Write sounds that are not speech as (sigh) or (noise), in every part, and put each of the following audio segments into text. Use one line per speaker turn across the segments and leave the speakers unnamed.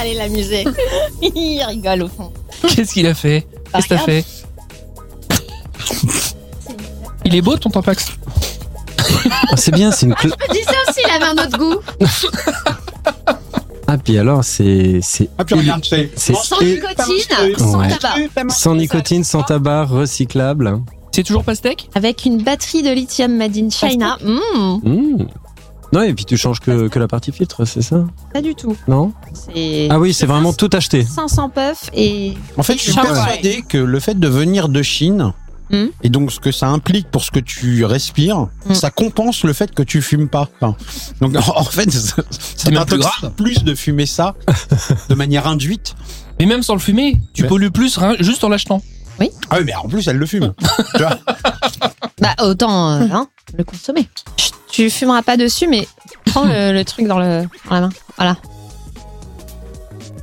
aller l'amuser. (laughs) Il rigole au fond.
Qu'est-ce qu'il a fait
Bah,
Qu'est-ce que t'as
regarde.
fait Il est beau ton tampax
Ah, c'est bien, c'est une. cla-
Je me dis ça aussi, il avait un autre goût.
Ah, puis alors, c'est. c'est
Ah, puis regarde, c'est.
C'est-
Sans
Et-
nicotine, sans
Ouais.
tabac.
Sans nicotine, sans tabac, recyclable. hein.
C'est toujours pastèque
Avec une batterie de lithium made in China. Hmm,
Mmh. Non, et puis tu changes que, que la partie filtre, c'est ça
pas du tout.
Non
C'est
Ah oui, c'est vraiment tout acheté.
500 puffs et
En fait, je suis
Shanghai.
persuadé que le fait de venir de Chine
Hmm.
et donc ce que ça implique pour ce que tu respires,
Hmm.
ça compense le fait que tu fumes pas. Enfin, donc en en fait, (laughs) ça ça
même plus
t'intoxique plus de fumer ça de manière induite.
Mais même sans le fumer, tu
Ouais.
pollues plus rien- juste en l'achetant.
Ah oui, mais en plus elle le fume. Tu vois
bah autant euh, hein, le consommer. Chut, tu fumeras pas dessus, mais prends le, le truc dans, le, dans la main.
Ah,
Voilà.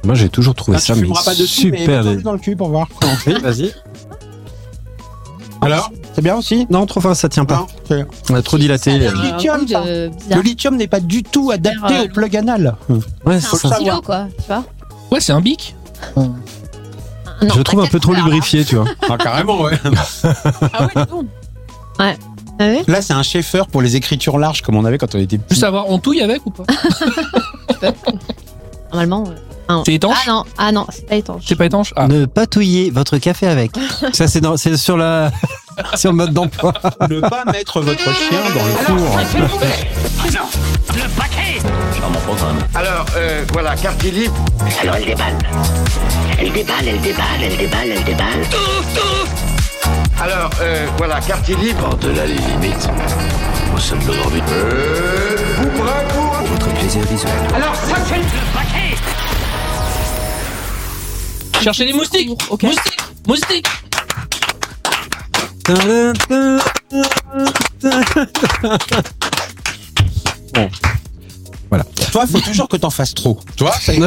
Moi, j'ai toujours trouvé
Enfin,
ça
tu
mais
fumeras pas dessus, mais
super.
mets-toi dans le cul pour voir.
Oui, vas-y.
Alors, c'est bien aussi.
Non, trop fort, ça tient pas.
Non, c'est-
On a trop
Ça a
dilaté.
l'air, euh,
lithium,
goût de-
ça.
bizarre.
le lithium n'est pas du tout adapté
euh,
au plug anal.
Ouais,
C'est
c'est
un
ça.
stylo, quoi, tu vois.
Ouais, c'est un bic.
Ah Non,
Je le trouve un peu trop
quatre couleurs,
lubrifié, tu vois.
Ah, carrément, ouais.
Ah là. Ah oui
(laughs) Là, c'est un chauffeur pour les écritures larges comme on avait quand on
(laughs)
était
Juste
petit.
savoir, on touille avec ou pas
Ah. Normalement. euh, non.
C'est étanche
Ah non, ah non, c'est pas étanche.
C'est pas étanche Ah,
Ne patouiller votre café avec. Ça, c'est dans- c'est sur la. (laughs) sur le mode d'emploi.
ne pas mettre votre chien dans le four.
Alors, euh, voilà, carte libre.
Alors elle déballe. Elle déballe, elle déballe, elle déballe, elle déballe.
Alors, euh, voilà, carte libre.
Par-delà les limites, nous sommes aujourd'hui pour votre plaisir visuel.
cherchez les moustiques Moustiques Moustiques
Toi, faut toujours que t'en fasses trop. Toi, c'est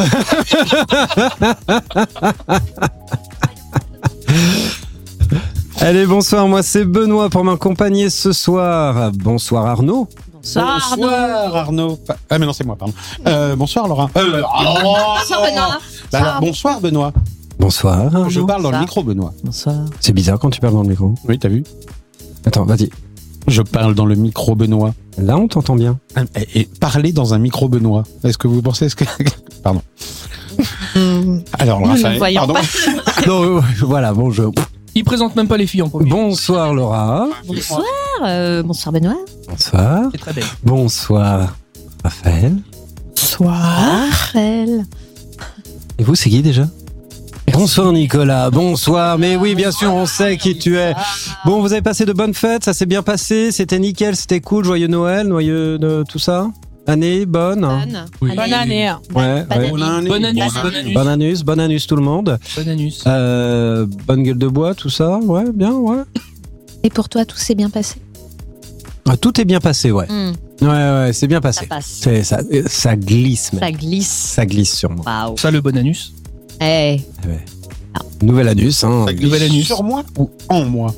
Allez, bonsoir, moi c'est Benoît pour m'accompagner ce soir. Bonsoir Arnaud.
Bonsoir, Arnaud.
bonsoir Arnaud. Ah mais non, c'est moi, pardon. Euh, bonsoir Laura. Euh, oh
Bonsoir, Benoît.
Bah, alors, bonsoir Benoît.
Bonsoir.
Je
Arnaud.
parle dans le
Bonsoir.
micro, Benoît.
Bonsoir.
C'est bizarre quand tu parles dans le micro.
Oui, t'as vu
Attends, vas-y.
Je parle dans le micro, Benoît.
Là, on t'entend bien.
Ah, Et, et parler dans un micro, Benoît. Est-ce que vous pensez ce que (laughs) Pardon.
Hmm,
Alors
Nous
Raphaël,
ne voyons
pardon.
pas.
non, euh, voilà, bon, je...
Ils présentent même pas les filles en premier.
Bonsoir Laura.
Bonsoir, euh, bonsoir Benoît.
Bonsoir.
C'est très belle.
Bonsoir Raphaël.
Raphaël.
Et vous, c'est qui déjà Bonsoir Nicolas, bonsoir, mais oui bien sûr on sait qui tu es. Bon vous avez passé de bonnes fêtes, ça s'est bien passé, c'était nickel, c'était cool, joyeux Noël, joyeux de tout ça. Année bonne.
Anne.
Oui.
Bonne
Allez.
année.
Ouais,
Bonne
ouais.
année.
Bonne année, bonne année.
Bonne annus, bonne annus tout le monde.
Bon anus.
Euh, bonne gueule de bois, tout ça, ouais, bien, ouais.
Et pour toi, tout s'est bien passé
Ah, tout est bien passé, ouais.
Hmm,
Ouais, ouais, c'est bien
Ça
passé.
passe.
C'est- ça, euh, ça glisse, même.
Ça glisse. Eh.
Ça glisse sur moi.
Waouh.
Ça, le bon anus.
Hey.
Nouvel anus, hein.
Ça glisse
Nouvel anus.
Sur moi ou en moi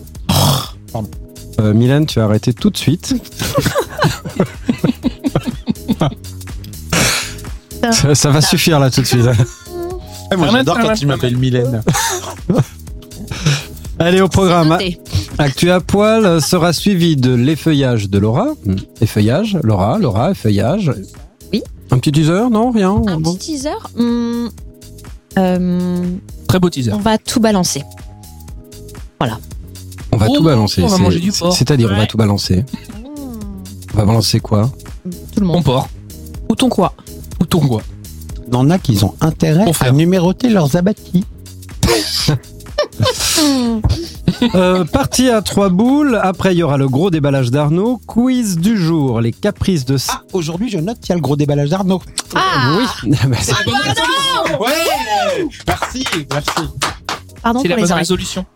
Euh, Milan, tu as arrêté tout de suite. ça, ça va suffire là tout de suite.
Eh, Moi,
Ah,
j'adore
maintenant,
quand il m'appelle Mylène.
Allez au programme.
Noté.
Actu à poil sera suivi de l'effeuillage de Laura. Hmm. Effeuillage, Laura, Laura, effeuillage.
Oui.
Un petit teaser, non Rien
Un
Bon.
petit teaser. hmm, Ah, euh,
Très beau teaser.
on va tout balancer.
On va
Oh
tout
non,
balancer.
on va
c'est-
manger du
c'est-
porc.
C'est-à-dire, on va tout balancer.
Hmm.
On va balancer quoi
Tout le
Bon
monde.
porc.
Ou ton quoi
Ou ton quoi
Il y en a qui ont intérêt
Pour faire.
à numéroter leurs abattis.
Euh, Partie à trois boules. Après, il y aura le gros déballage d'Arnaud. Quiz du jour. Les caprices de.
Ah, aujourd'hui, je note qu'il y a le gros déballage d'Arnaud.
Ah,
Oui. (laughs) Ah bah, c'est-
Ouais Merci, merci.
Pardon
C'est
pour
la
les
bonne
oreilles.
résolution.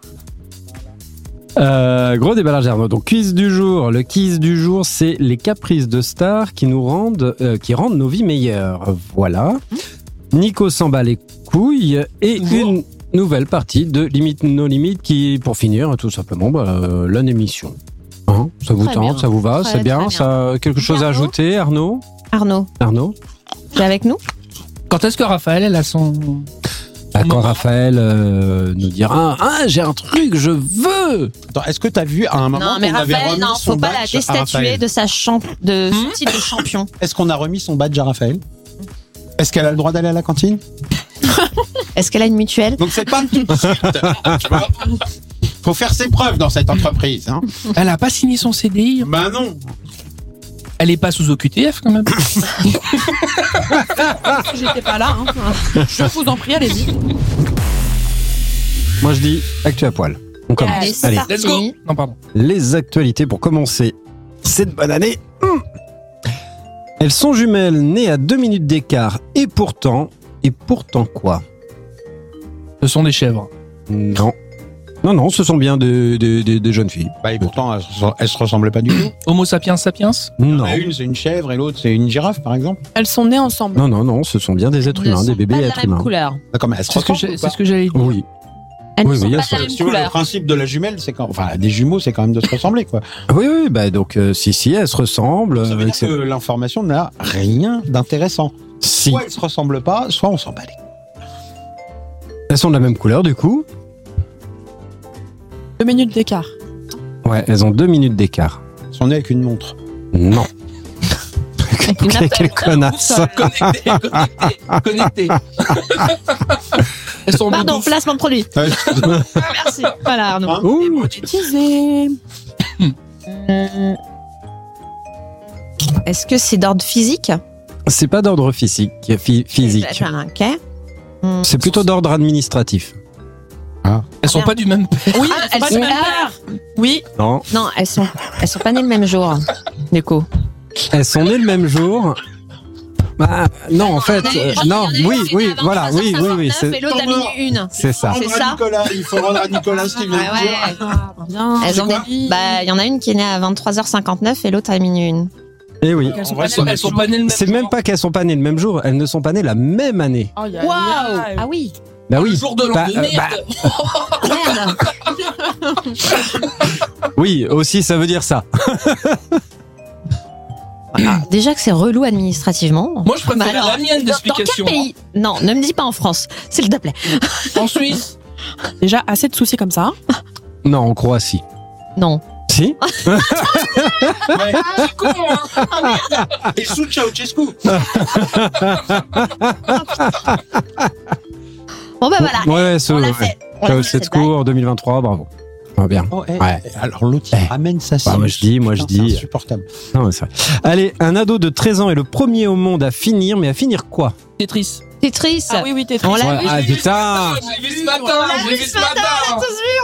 Euh, gros déballage d'Arnaud. Donc quiz du jour. Le quiz du jour, c'est les caprices de stars qui nous rendent, euh, qui rendent nos vies meilleures. Voilà. Nico s'en bat les couilles et
Toujours.
une nouvelle partie de Limite nos limites qui, pour finir, tout simplement, bah, euh, la émission. Hein ça vous
Très
tente,
bien.
ça vous va,
Très,
c'est bien,
très bien.
Ça, quelque chose à
Arnaud
ajouter, Arnaud,
Arnaud,
Arnaud.
tu es avec nous
Quand est-ce que Raphaël, elle
(laughs)
a son.
Bah, quand Raphaël euh, nous dira Ah, j'ai un truc, je veux
Attends, est-ce que t'as vu à un moment
Non, mais
qu'on avait
Raphaël,
remis
non,
son
faut pas la
badge à
déstatuer
Ah, Raphaël
de sa champ... de son titre de champion.
Est-ce qu'on a remis son badge à Raphaël Est-ce qu'elle a le droit d'aller à la cantine
Est-ce qu'elle a une mutuelle
Donc c'est pas tout de suite. hein, tu vois. Faut faire ses preuves dans cette entreprise. Hein.
Elle a pas signé son CDI.
Ben non.
Elle est pas sous OQTF quand même.
J'étais pas là. hein. Je vous en prie, allez-y.
Moi, je dis Actu à poil. On commence.
Allez, c'est
Allez,
parti.
Let's go. Non, pardon.
les actualités pour commencer cette bonne année. Hum. Elles sont jumelles, nées à deux minutes d'écart. Et pourtant, et pourtant quoi
Ce sont des chèvres.
Non. Non, non, ce sont bien des, des- des- des jeunes filles.
Bah et pourtant, elles, se- elles se ressemblaient pas du tout.
Homo sapiens sapiens.
Non.
La Une c'est une chèvre et l'autre c'est une girafe par exemple.
Elles sont nées ensemble.
Non, non, non, ce sont bien des êtres
Elles ne
humains, des
sont pas
bébés
de la
êtres
même
humains.
couleur.
D'accord, mais elles Ah, se
C'est ce que
ressemblent.
j'ai-
ou
c'est
pas
ce que j'allais
(laughs)
dire.
Oui.
Elles ne
Oui,
sont pas
oui, elles
de la même
Tu vois, le
couleur.
principe de la jumelle, c'est quand, enfin, des jumeaux, c'est quand même de se ressembler, quoi.
Oui, oui, bah donc euh, si, si, elles se ressemblent.
Ça veut
euh,
dire que
etc.
l'information n'a rien d'intéressant.
Si,
Soit elles se ressemblent pas, soit on s'en bat les couilles.
elles sont de la même couleur du coup.
Deux minutes d'écart.
Ouais, elles ont deux minutes d'écart.
Elles sont nées avec une (laughs) montre.
Non.
Une
Quel,
appel.
connasse.
Connectées, connectées, connectées. Elles sont
Pardon,
doudous.
placement de produit.
Ouais.
Merci. Voilà, Arnaud.
Ouh.
Teasé.
Euh, Est-ce que c'est d'ordre physique
C'est pas d'ordre physique, phy- physique.
Ok.
C'est plutôt d'ordre administratif.
Elles sont pas du même.
Oui,
Ah,
elles
elles
sont
sont-
pères. Oui,
Non.
Non, elles sont, elles sont pas nées le même jour, du coup.
Elles sont nées le même jour. Bah, non, en fait, euh, non, oui, oui, voilà, oui, oui, oui,
Et
c'est-
l'autre a mis une.
c'est ça.
C'est
Rendre à
ça.
Ah, Nicolas, il faut rendre à Nicolas ce qu'il vient
Ah
de dire.
ouais.
bien.
Elles ont des- Bah, il y en a une qui est née à 23h59 et l'autre a mis une.
Et Eh oui.
Elles sont
En vrai,
pas
ça
nées
Elles sont pas nées le même.
C'est même pas qu'elles sont pas nées le même jour, elles ne sont pas nées la même année.
Oh, y a-
Waouh
y a-
Ah oui
Bah
Le
oui,
jour de l'an
Bah,
de
euh,
merde.
Merde
oui, aussi ça veut dire ça.
Déjà que c'est relou administrativement.
Moi, je
Bah
préfère
alors,
la mienne
dans- dans quel
d'explication. hein.
pays Non, ne me dis pas en France, s'il te plaît.
En Suisse.
Déjà, assez de soucis comme ça.
Non, en Croatie.
Non.
Si
Et sous Ceausescu.
Bon bah voilà,
Ouais, ce,
on
ouais.
l'a fait. On l'a fait, cette
Ceausescu en 2023, bravo. Ah, bien.
Oh, eh,
Ouais.
eh, Alors l'autre, il
Eh.
ramène sa
Bah, moi,
cible.
je dis, moi, je
Putain, C'est
dis.
insupportable.
Non, mais c'est vrai. Allez, un ado de 13 ans est le premier au monde à finir, mais à finir quoi
Tetris.
blague. Tetris
Ah oui, oui, t'es
On l'a
Ouais,
vu,
Ah putain
Je l'ai vu ce matin. Je l'ai Ah, vu ce matin. Ah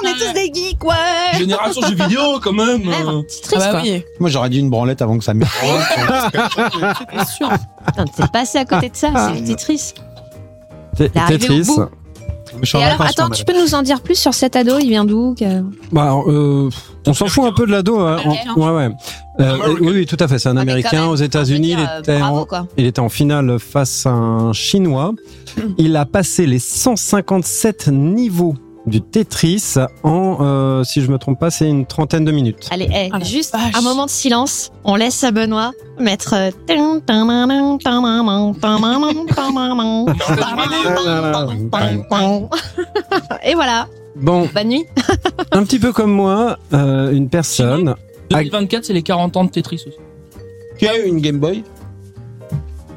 on est tous des geeks, ouais
Génération jeux vidéo, quand même. euh.
Ah, Merde, Tetris
bah
quoi
oui,
Moi, j'aurais dit une branlette avant que ça me.
c'est sûr.
Putain, t'es passé à côté de ça, c'est le Tetris. est arrivé au
Tetris.
bout. Et alors, attends, tu peux nous en dire plus sur cet ado, il vient d'où que-
Bah, alors, euh, on s'en fout un peu de l'ado. hein.
Américain.
On- Ouais, ouais.
Ah,
Euh,
bah,
oui, oui, tout à fait. C'est un
Ah, mais quand
Américain
même,
aux États-Unis.
on peut
Il,
dire, euh,
était
bravo,
en-
quoi.
il était en finale face à
(coughs)
un Chinois. Il a passé les 157 niveaux du Tetris en, euh, si je me trompe pas, c'est une trentaine de minutes.
Allez, hey,
Ah, la
juste
vache.
un moment de silence. On laisse à Benoît mettre. euh, tin, tin, nan, nan, tin, nan, nan, tin, nan, nan, tin, nan, nan, tin,
Euh,
nan, nan. Et voilà,
Bon,
bonne nuit.
un petit peu comme moi, euh, une personne.
2024, c'est les 40 ans de Tetris aussi.
Tu as eu une Game Boy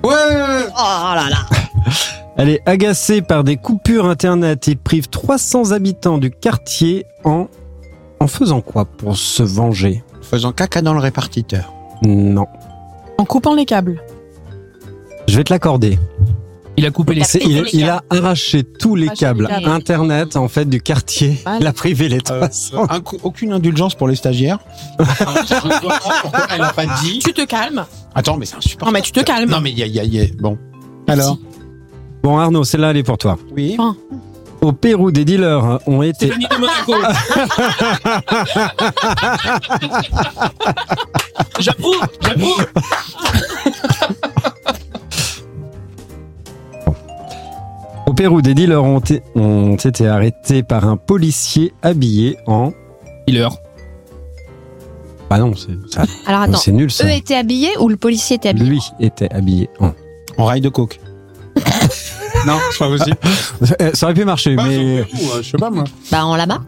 Oh là là.
Elle est agacée par des coupures internet et prive 300 habitants du quartier en en faisant quoi pour se venger
Faisant caca dans le répartiteur.
Non,
En coupant les câbles.
je vais te l'accorder.
Il a coupé les.
C'est- Il,
les
il a arraché tous les
Arraché
câbles
les câbles.
internet en fait du quartier.
Mal.
Il a privé les
Euh,
300.
un coup- aucune indulgence pour les stagiaires. Pourquoi Elle a pas dit.
Tu te calmes.
Attends, mais c'est insupportable.
Non, mais tu te calmes.
Non, mais y a, y a, y a- Bon. Alors
Bon Arnaud, celle-là elle est pour toi.
Oui.
Au Pérou, des dealers ont été
Stéphanie de Monaco. j'approuve, j'approuve.
au Pérou, des dealers ont, été- ont été arrêtés par un policier habillé en
Killer.
ah non c'est ça-
Alors attends,
c'est nul ça.
eux étaient habillés ou le policier était habillé
Lui était habillé en
En rail de coke. Non, c'est pas possible.
(laughs) Euh, Ça aurait pu marcher,
Bah,
mais
surtout, euh, Je sais pas, moi.
Bah, en lama.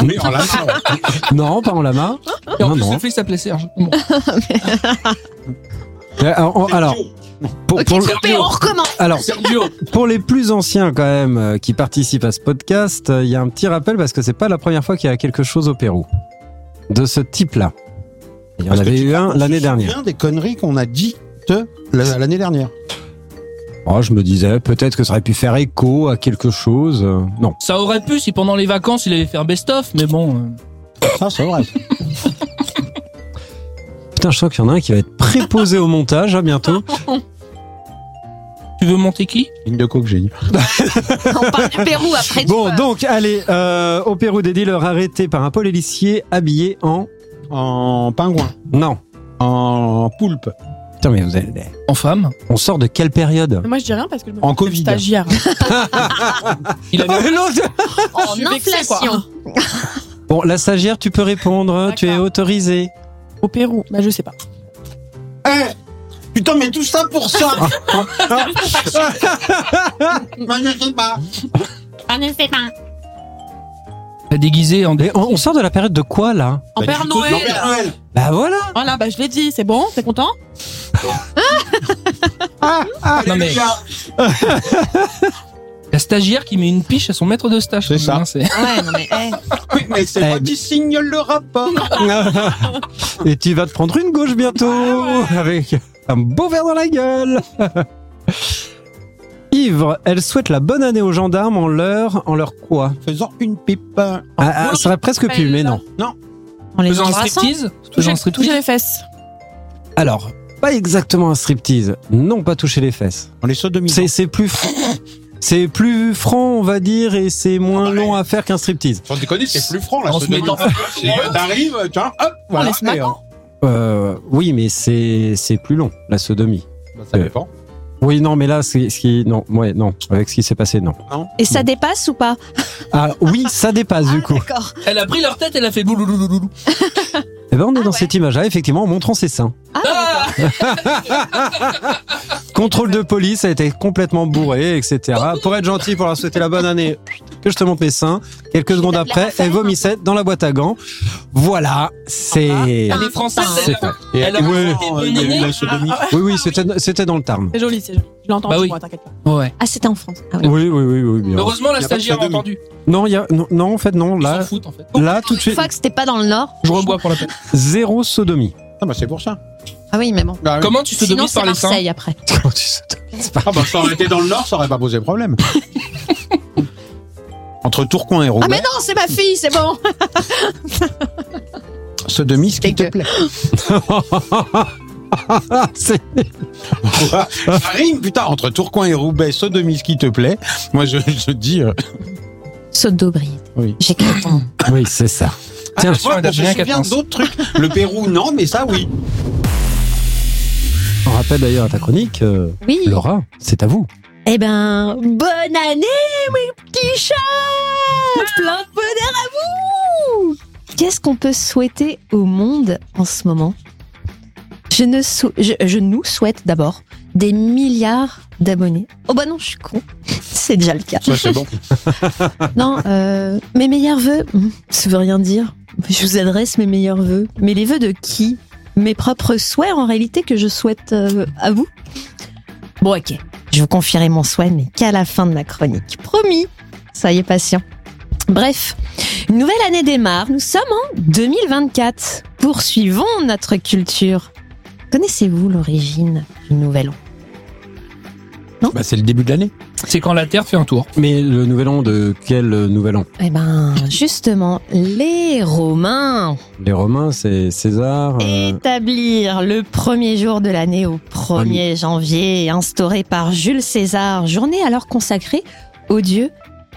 Oui, en la main, ouais.
(laughs) non, pas en la main.
Et en
Non,
plus,
non.
le flic s'appelait Serge. Bon.
Euh, en- en- Alors, pour,
Ok,
pour le-
coupé, on recommence.
alors
Sergio,
pour les plus anciens quand même euh, qui participent à ce podcast, euh, il y a un petit rappel parce que c'est pas la première fois qu'il y a quelque chose au Pérou de ce type-là. Il y en
Parce que
avait
tu
eu un l'année dernière.
Bien des conneries qu'on a dit de la- l'année dernière.
Oh, je me disais peut-être que ça aurait pu faire écho à quelque chose. euh, Non.
ça aurait pu si pendant les vacances il avait fait un best-of, mais bon. euh,
Ça, c'est vrai.
Putain, je sens qu'il y en a un qui va être préposé au montage à bientôt.
Tu veux monter qui
Ligne de coke, j'ai dit.
On parle du Pérou après. tu
Bon,
vois.
donc allez, euh, au Pérou, des dealers arrêtés par un policier habillé en
En pingouin.
non.
En poulpe.
Putain, mais vous allez-
En femme
On sort de quelle période
(laughs)
Mais Moi, je dis rien parce que je me
En
fais
Covid.
stagiaire. hein.
Il
(laughs)
avait
en
suis vexée,
inflation.
Bon, la stagiaire, tu peux répondre, hein, tu es
D'accord.
autorisée.
Au Pérou, bah je sais pas.
Eh Putain, mais tout ça pour ça Moi, je sais pas.
On ne sait pas.
T'as déguisé en.
Mais on, on sort de la période de quoi là
En
Bah,
Père
du coup,
Noël.
non, Père Noël.
Bah voilà
Voilà, bah je l'ai dit, c'est bon, t'es content
Non, mais-
Alléluia.
(laughs) La stagiaire qui met une piche à son maître de stage.
C'est ça.
Hein, c'est-
(laughs) Ouais, non mais. eh.
Oui, mais c'est
Eh,
moi qui signe le rapport.
(laughs) Et tu vas te prendre une gauche bientôt avec un beau verre dans la gueule. (laughs) Ivre, elle souhaite la bonne année aux gendarmes en leur en leur quoi
Faisant une pipe.
ah, ah, Ça aurait presque pu, mais non.
On les
Faisant un
embrasse.
striptease Faisant
Toucher
un
toucher
striptease
les fesses.
Alors, pas exactement un striptease. Non, pas toucher les fesses.
On les sodomisant.
C'est c'est plus fr- c'est plus franc, on va dire, et c'est moins long à faire qu'un striptease.
Sans déconner, c'est plus franc, là.
Ah, On se met
(laughs)
dans-
sodomisation. Et, euh, T'arrives, tu vois, hop, voilà.
les smack,
Et, euh,
Euh, oui, mais c'est c'est plus long la sodomie.
bah, Ça dépend.
Oui, non, mais là, c'est- ce qui non, ouais, non, avec ce qui s'est passé, non.
Et ça dépasse ou pas Ah,
Ah oui, ça dépasse du coup.
D'accord.
Elle a pris leur tête, elle a fait bouloulouloulou.
Eh ben, on est dans
Ah ouais.
cette image-là, effectivement, en montrant ses seins.
Ah
(laughs)
(laughs)
Contrôle de police, elle était complètement bourrée, etc. Pour être gentil, pour leur souhaiter la bonne année, que je te montre mes seins. Quelques secondes
tape la
après,
rafale.
elle vomissait dans la boîte à gants.
Ah,
Voilà, c'est.
Elle est française, elle.
c'est fait.
Et
Elle a
ouais,
été
il y a eu
menée.
la sodomie.
Oui, oui, c'était- c'était dans le Tarn.
C'est joli, c'est joli. Je l'entends,
Bah oui.
moi, t'inquiète (laughs) pas.
Ouais.
Ah, c'était en France. Ah, ouais.
Oui, oui, oui, oui, bien.
Heureusement,
Y a
la
pas de
stagiaire a
sodomie.
entendu.
Non, il y a- non, non, en fait, non.
Ils s'en
Là,
foutent en fait.
là tout de
Une
suite,
fois que c'était pas dans le Nord.
Je rebois pour la peine.
zéro sodomie.
Ah, bah, c'est pour ça.
Ah oui, mais bon.
Bah, oui.
Comment tu te
Sinon,
domises
c'est
par les seins
Marseille après.
Ah bah ça aurait été dans le nord, ça aurait pas posé problème. Entre Tourcoing et
Ah, mais
Roubaix,
non, c'est ma fille, c'est bon.
ce demi, ce qui te plaît.
Ah, C'est-
ça Ah, rime, putain, entre Tourcoing et Roubaix, ce demi, ce qui te plaît. Moi, je, je dis. euh,
Sodobride.
Oui.
J'ai 4
(clears throat)
ans.
oui, c'est ça. Tiens,
ah, moi,
elle a
je
bien
me
qu'à
souviens
penser.
d'autres trucs. Le Pérou, non, mais ça, oui.
on rappelle d'ailleurs à ta chronique, euh,
Oui.
Laura, c'est à vous.
Eh ben, bonne année, mes petits chats Plein de bonheur à vous Qu'est-ce qu'on peut souhaiter au monde en ce moment je, ne sou- je, je nous souhaite d'abord des milliards d'abonnés. Oh bah non, je suis con. (laughs) C'est déjà le cas.
(laughs) Ça, c'est bon.
Non, euh, mes meilleurs vœux, hmm, ça veut rien dire. Je vous adresse mes meilleurs vœux. Mais les vœux de qui Mes propres souhaits en réalité que je souhaite euh, à vous Bon, ok. Je vous confierai mon souhait, mais qu'à la fin de ma chronique. Promis Soyez patient. Bref, une nouvelle année démarre. Nous sommes en 2024. Poursuivons notre culture. Connaissez-vous l'origine du nouvel an
Bah, c'est le début de l'année.
C'est quand la Terre fait un tour.
Mais le nouvel an de quel euh, nouvel an
Eh ben, justement, les Romains
Les Romains, c'est César. euh,
Établir le premier jour de l'année au 1er janvier, instauré par Jules César, journée alors consacrée au dieu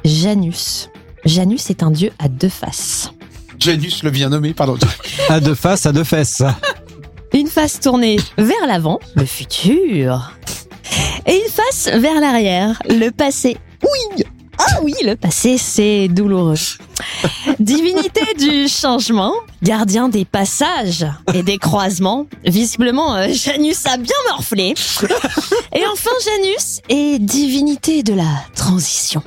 Janus. Janus est un dieu à deux faces.
Janus le bien nommé, pardon. (laughs)
à deux faces, à deux fesses.
Une face tournée vers l'avant, le futur, et une face vers l'arrière, le passé. Oui Ah oui, le passé, c'est douloureux. Divinité du changement, gardien des passages et des croisements. Visiblement, euh, Janus a bien morflé. Et enfin, Janus est divinité de la transition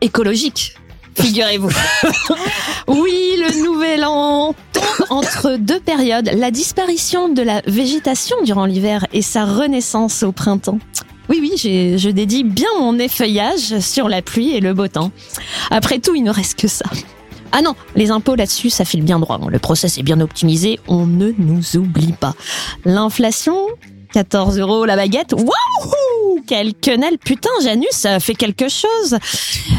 écologique. Figurez-vous. Oui, le nouvel an tombe entre deux périodes, la disparition de la végétation durant l'hiver et sa renaissance au printemps. Oui, oui, j'ai- je dédie bien mon effeuillage sur la pluie et le beau temps. Après tout, il ne reste que ça. Ah non, les impôts là-dessus, ça file bien droit. hein. Le process est bien optimisé, on ne nous oublie pas. L'inflation, 14 euros la baguette. Waouh Quelle quenelle Putain, Janus, euh, fais quelque chose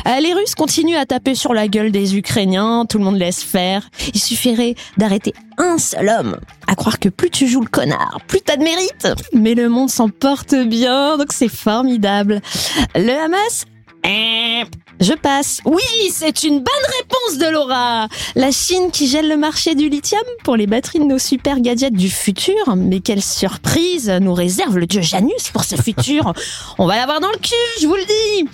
Euh, Les Russes continuent à taper sur la gueule des Ukrainiens, tout le monde laisse faire. Il suffirait d'arrêter un seul homme à croire que plus tu joues le connard, plus t'as de mérite. Mais le monde s'en porte bien, donc c'est formidable. Le Hamas Eh, je passe. Oui, c'est une bonne réponse de Laura. La Chine qui gèle le marché du lithium pour les batteries de nos super gadgets du futur. Mais quelle surprise nous réserve le dieu Janus pour ce (laughs) futur. On va l'avoir dans le cul, je vous le dis.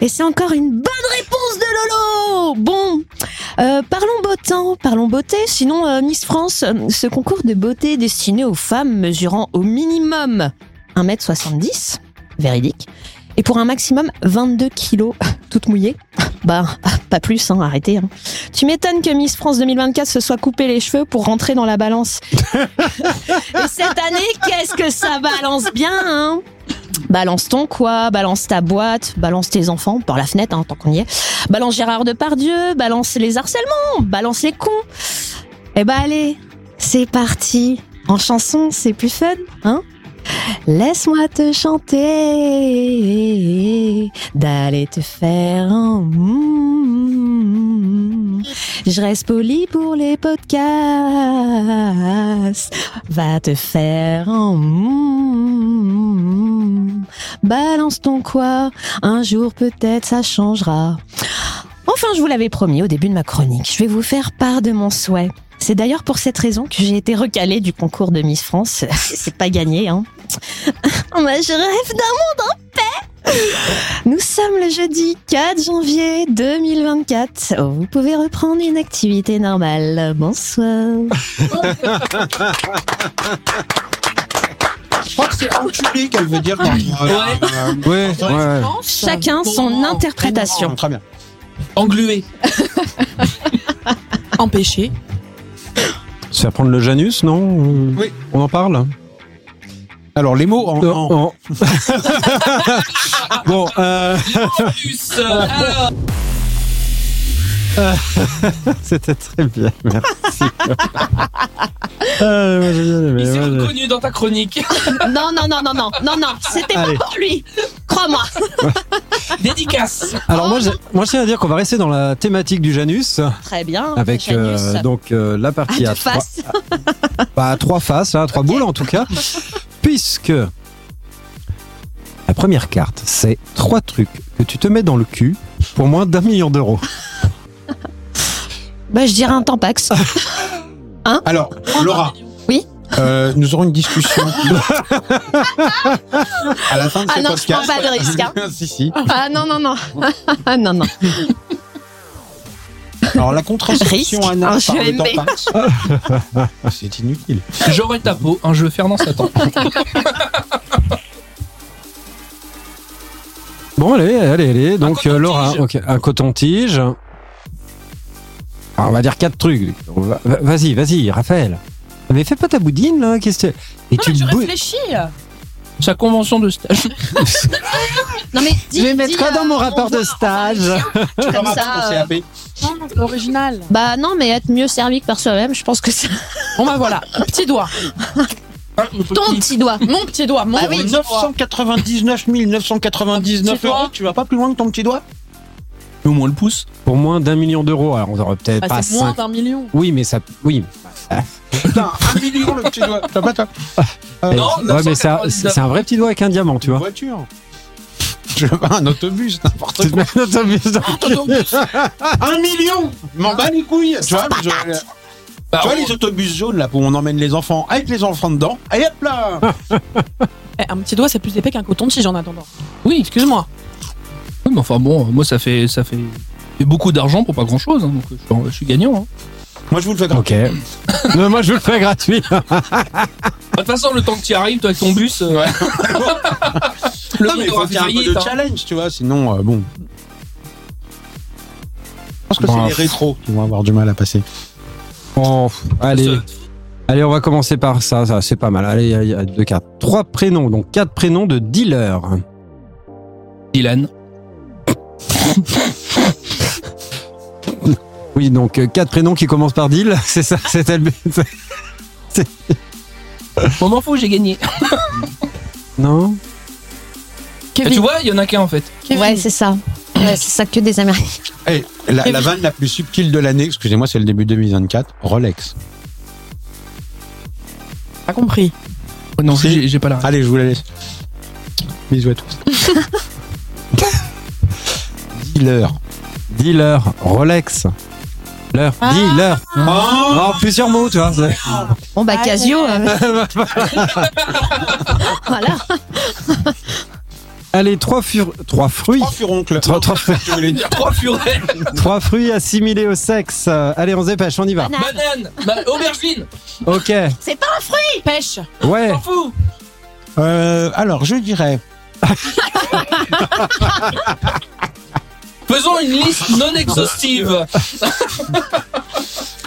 Et c'est encore une bonne réponse de Lolo. Bon, euh, parlons beau temps, parlons beauté. Sinon, euh, Miss France, euh, ce concours de beauté destiné aux femmes mesurant au minimum 1m70, véridique, et pour un maximum 22 kilos, (laughs) toutes mouillées. Bah, pas plus, hein, arrêtez. hein. Tu m'étonnes que Miss France 2024 se soit coupé les cheveux pour rentrer dans la balance. (laughs) et cette année, qu'est-ce que ça balance bien, hein Balance ton quoi Balance ta boîte Balance tes enfants par la fenêtre, hein, tant qu'on y est. Balance Gérard Depardieu, balance les harcèlements, balance les cons. Eh ben allez, c'est parti. En chanson, c'est plus fun, hein Laisse-moi te chanter, d'aller te faire un... mm. Je reste poli pour les podcasts, va te faire un... mm. Balance ton quoi, un jour peut-être ça changera. Enfin, je vous l'avais promis au début de ma chronique, je vais vous faire part de mon souhait. C'est d'ailleurs pour cette raison que j'ai été recalée du concours de Miss France. (laughs) C'est pas gagné, hein. (laughs) Oh, bah, je rêve d'un monde en paix Nous sommes le jeudi 4 janvier 2024. Oh, vous pouvez reprendre une activité normale. Bonsoir.
Je crois que c'est enculé Oh, qu'elle veut dire dans.
Ouais.
Euh,
Ouais, ouais.
France,
Chacun son
gourmand,
interprétation.
Très bien.
Englué.
Empêché.
Se faire prendre le Janus, non
Oui.
On en parle
Alors, les mots en. en-
Non. (laughs) bon, euh,
Plus, euh, alors,
c'était très bien, (laughs) merci. Euh, moi, j'ai bien aimé,
il s'est
moi, j'ai-
reconnu dans ta chronique. (laughs)
Non, non, non, non, non, non, non, c'était pas
Allez.
pour lui. Crois-moi.
Dédicace.
Alors moi, j'ai-
hein.
moi, je tiens à dire qu'on va rester dans la thématique du Janus
Très bien.
avec euh,
Ah, Janus.
donc euh, la
À
partie
deux
à trois,
faces.
bah, à trois faces, hein, à trois boules en tout cas, puisque la première carte c'est trois trucs que tu te mets dans le cul pour moins d'un million d'euros.
Bah, je dirais un tampax.
Alors, Laura.
Oui.
Euh, nous aurons
(laughs)
une discussion à la fin de ce
Ah non, je prends
podcast.
pas de risque. hein.
(laughs) si, si.
Ah non, non, (laughs) non. Ah non, non.
Alors, la contraception
Risque,
anale
un
par le
GMB.
Tampax,
(laughs)
c'est inutile.
J'aurai ta peau, un jeu Fernand Satan.
Bon allez, allez, allez. Donc euh, Laura, ok, un coton-tige. Alors, on va dire quatre trucs. On va- va- Vas-y, vas-y, Raphaël. Mais fais pas ta boudine là, qu'est-ce que Et
Non, mais je
te bou-
réfléchis.
Sa convention de stage.
(laughs) Non, mais dis,
Je vais
dis,
mettre quoi
euh,
dans mon
on
rapport de
voit-
stage
Comme ça, euh,
Non, c'est original.
Bah non, mais être mieux servi que par soi-même, je pense que c'est
Bon, bah voilà. Petit doigt.
ton Ah, petit doigt.
Mon petit doigt.
bah
Mon
Pour
petit doigt.
999 999
Petit doigt.
euros, tu vas pas plus loin que ton petit doigt
Au moins le pouce.
Pour moins d'un million d'euros, alors on aurait peut-être
Ah,
pas
c'est moins
cinq.
d'un million.
Oui, mais ça, oui.
Putain, un million le petit doigt. T'as pas ta
Eh,
non,
ouais, mais ça,
999.
c'est un vrai petit doigt avec un diamant, tu vois.
voiture Je veux pas un autobus, n'importe
Tu te
quoi.
mets un autobus dans le cul.
Un million Je M'en bats les couilles Tu vois, je-
Bah,
tu vois
on-
les autobus jaunes là où on emmène les enfants avec les enfants dedans et hop là
Eh, un petit doigt, c'est plus épais qu'un coton-tige en attendant.
Oui,
Excuse-moi.
Oui, mais enfin bon, euh, moi ça fait ça fait fait beaucoup d'argent pour pas grand chose, donc euh, je suis- je, suis gagnant. hein.
Moi, je vous le fais
Ok. Non, moi, je vous le fais gratuit.
Bah, De toute façon, le temps que tu arrives, toi avec ton bus, (laughs) euh, le
Non, mais
monde
il
aura
faut qu'il y ait
fait
un peu
faillite.
de
hein.
challenge, tu vois, sinon, euh, bon. Je pense que
Bon,
c'est les rétros qui vont avoir du mal à passer.
Bon, allez, allez, on va commencer par ça. ça c'est pas mal. Allez, il y a deux cartes. Trois prénoms, donc quatre prénoms de dealers.
Dylan.
Oui, donc euh, quatre prénoms qui commencent par deal. (laughs) C'est ça, c'était le but.
On m'en fout, j'ai gagné.
Non
Et
Kevin.
tu vois, il y en a qu'un en fait.
Kevin.
Ouais, c'est ça. Ouais, c'est ça que des Américains.
Eh, la,
Et
la
oui.
vanne la plus subtile de l'année, excusez-moi, c'est le début 2024, Rolex.
pas compris.
Oh non,
Si.
j'ai j'ai pas la.
Allez, je vous la laisse. Bisous à tous. Dealer.
Dealer, Rolex. Leur,
Ah.
dealer. Oh, plusieurs mots, tu vois. c'est-
Bon, bah,
Ah,
Casio.
ouais.
(laughs)
euh, voilà.
Allez, trois, fur- trois fruits.
Trois furoncles.
Trois, trois,
(laughs)
fruits-
Oh, Je voulais dire.
Trois furets.
trois fruits assimilés au sexe. Euh, Allez, on se dépêche, on y va.
Banane.
Banane. Ba- Aubergine.
Ah,
Ok,
C'est pas un fruit.
Pêche.
ouais.
T'en fous.
Euh, alors, je dirais.
Faisons une liste non (laughs) exhaustive.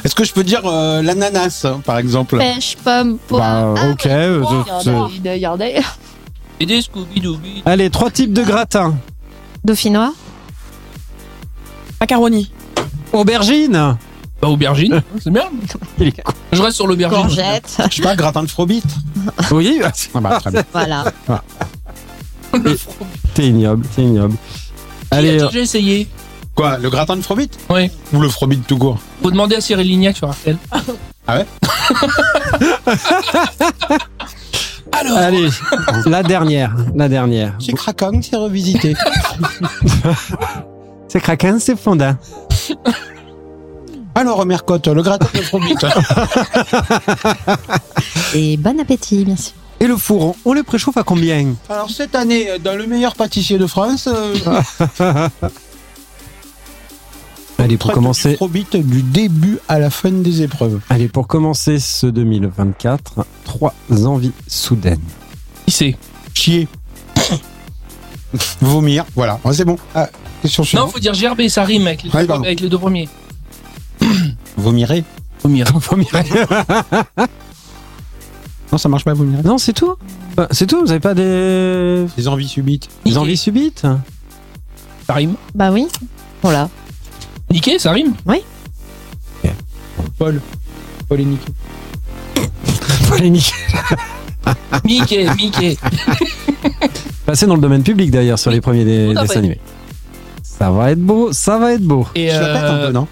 Est-ce que je peux dire euh, l'ananas, hein, par exemple
Pêche, pomme, poire.
Bah, ok. euh, c'est-
Regardez, regardez.
Et des Scooby-Dooby.
Allez, trois types de gratins.
Dauphinois.
Macaroni.
Aubergine.
Bah, aubergine. C'est bien.
Il est con.
Je reste sur l'aubergine.
Courgette.
Je sais pas, gratin de frobite.
Oui,
(laughs) Ah bah, très bien.
(laughs) voilà. (laughs)
Le fromage.
t'es ignoble, t'es ignoble. Allez,
Attends,
euh,
J'ai essayé.
Quoi, le gratin de frobite
Oui.
Ou le frobite tout court
Faut demander à Cyril Lignac sur RTL.
Ah ouais
Alors, (laughs)
allez, la dernière, la dernière.
C'est craquant, c'est revisité.
C'est Kraken, c'est Fonda.
(laughs) Alors, Mercotte, le gratin de frobite.
Et bon appétit, bien sûr.
Et le fourron, on le préchauffe à combien
Alors, cette année, dans le meilleur pâtissier de France, euh,
Allez, pour
traite du
commencer,
frobite du début à la fin des épreuves.
allez, pour commencer ce 2024, trois envies soudaines.
qui c'est
Chier. (coughs) Vomir, voilà, Ouais, c'est bon. Ah, question
Non,
suivante.
faut dire gerber, ça rime avec les,
Ouais,
deux,
pardon.
avec les deux premiers.
Vomirez
Premier.
Non, ça marche pas, vomir.
Non, c'est tout Bah, C'est tout, vous avez pas des,
Des envies subites.
des
Niquer.
envies (laughs) subites
Ça rime.
Bah oui. Voilà.
Niquer, ça rime.
Paul. Paul et Nico.
Polémique. Ah.
Mickey,
(laughs)
Mickey.
Passé Bah, dans le domaine public d'ailleurs sur les premiers des,
Tout à
dessins
fait.
animés. Ça va être beau, ça va être beau.
Et
Je la pète un
euh,
peu, non
hein.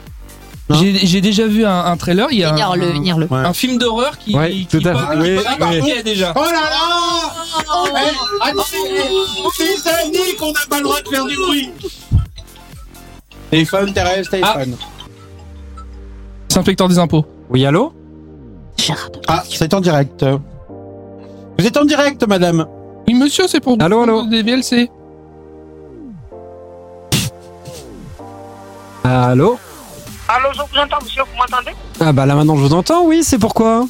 j'ai j'ai déjà vu un, un trailer. Il y a un,
Euh,
Ignore-le, ignore-le.
Ouais.
un film d'horreur qui,
Ouais,
qui,
tout à
parle-
fait.
qui
Oui,
parle
oui.
d'un Mickey, déjà.
Oh là là Eh, attends, Des années qu'on n'a pas le droit de faire du bruit Téléphone,
Ah.
Thérèse, téléphone.
C'est inspecteur des impôts.
Oui, allô
Ah, c'est en direct. Vous êtes en direct, madame
Oui, monsieur, c'est pour
Allô, allô
des VLC.
Allô
Allô, je vous entends, monsieur, vous m'entendez
Ah bah là maintenant je vous entends, oui, c'est pourquoi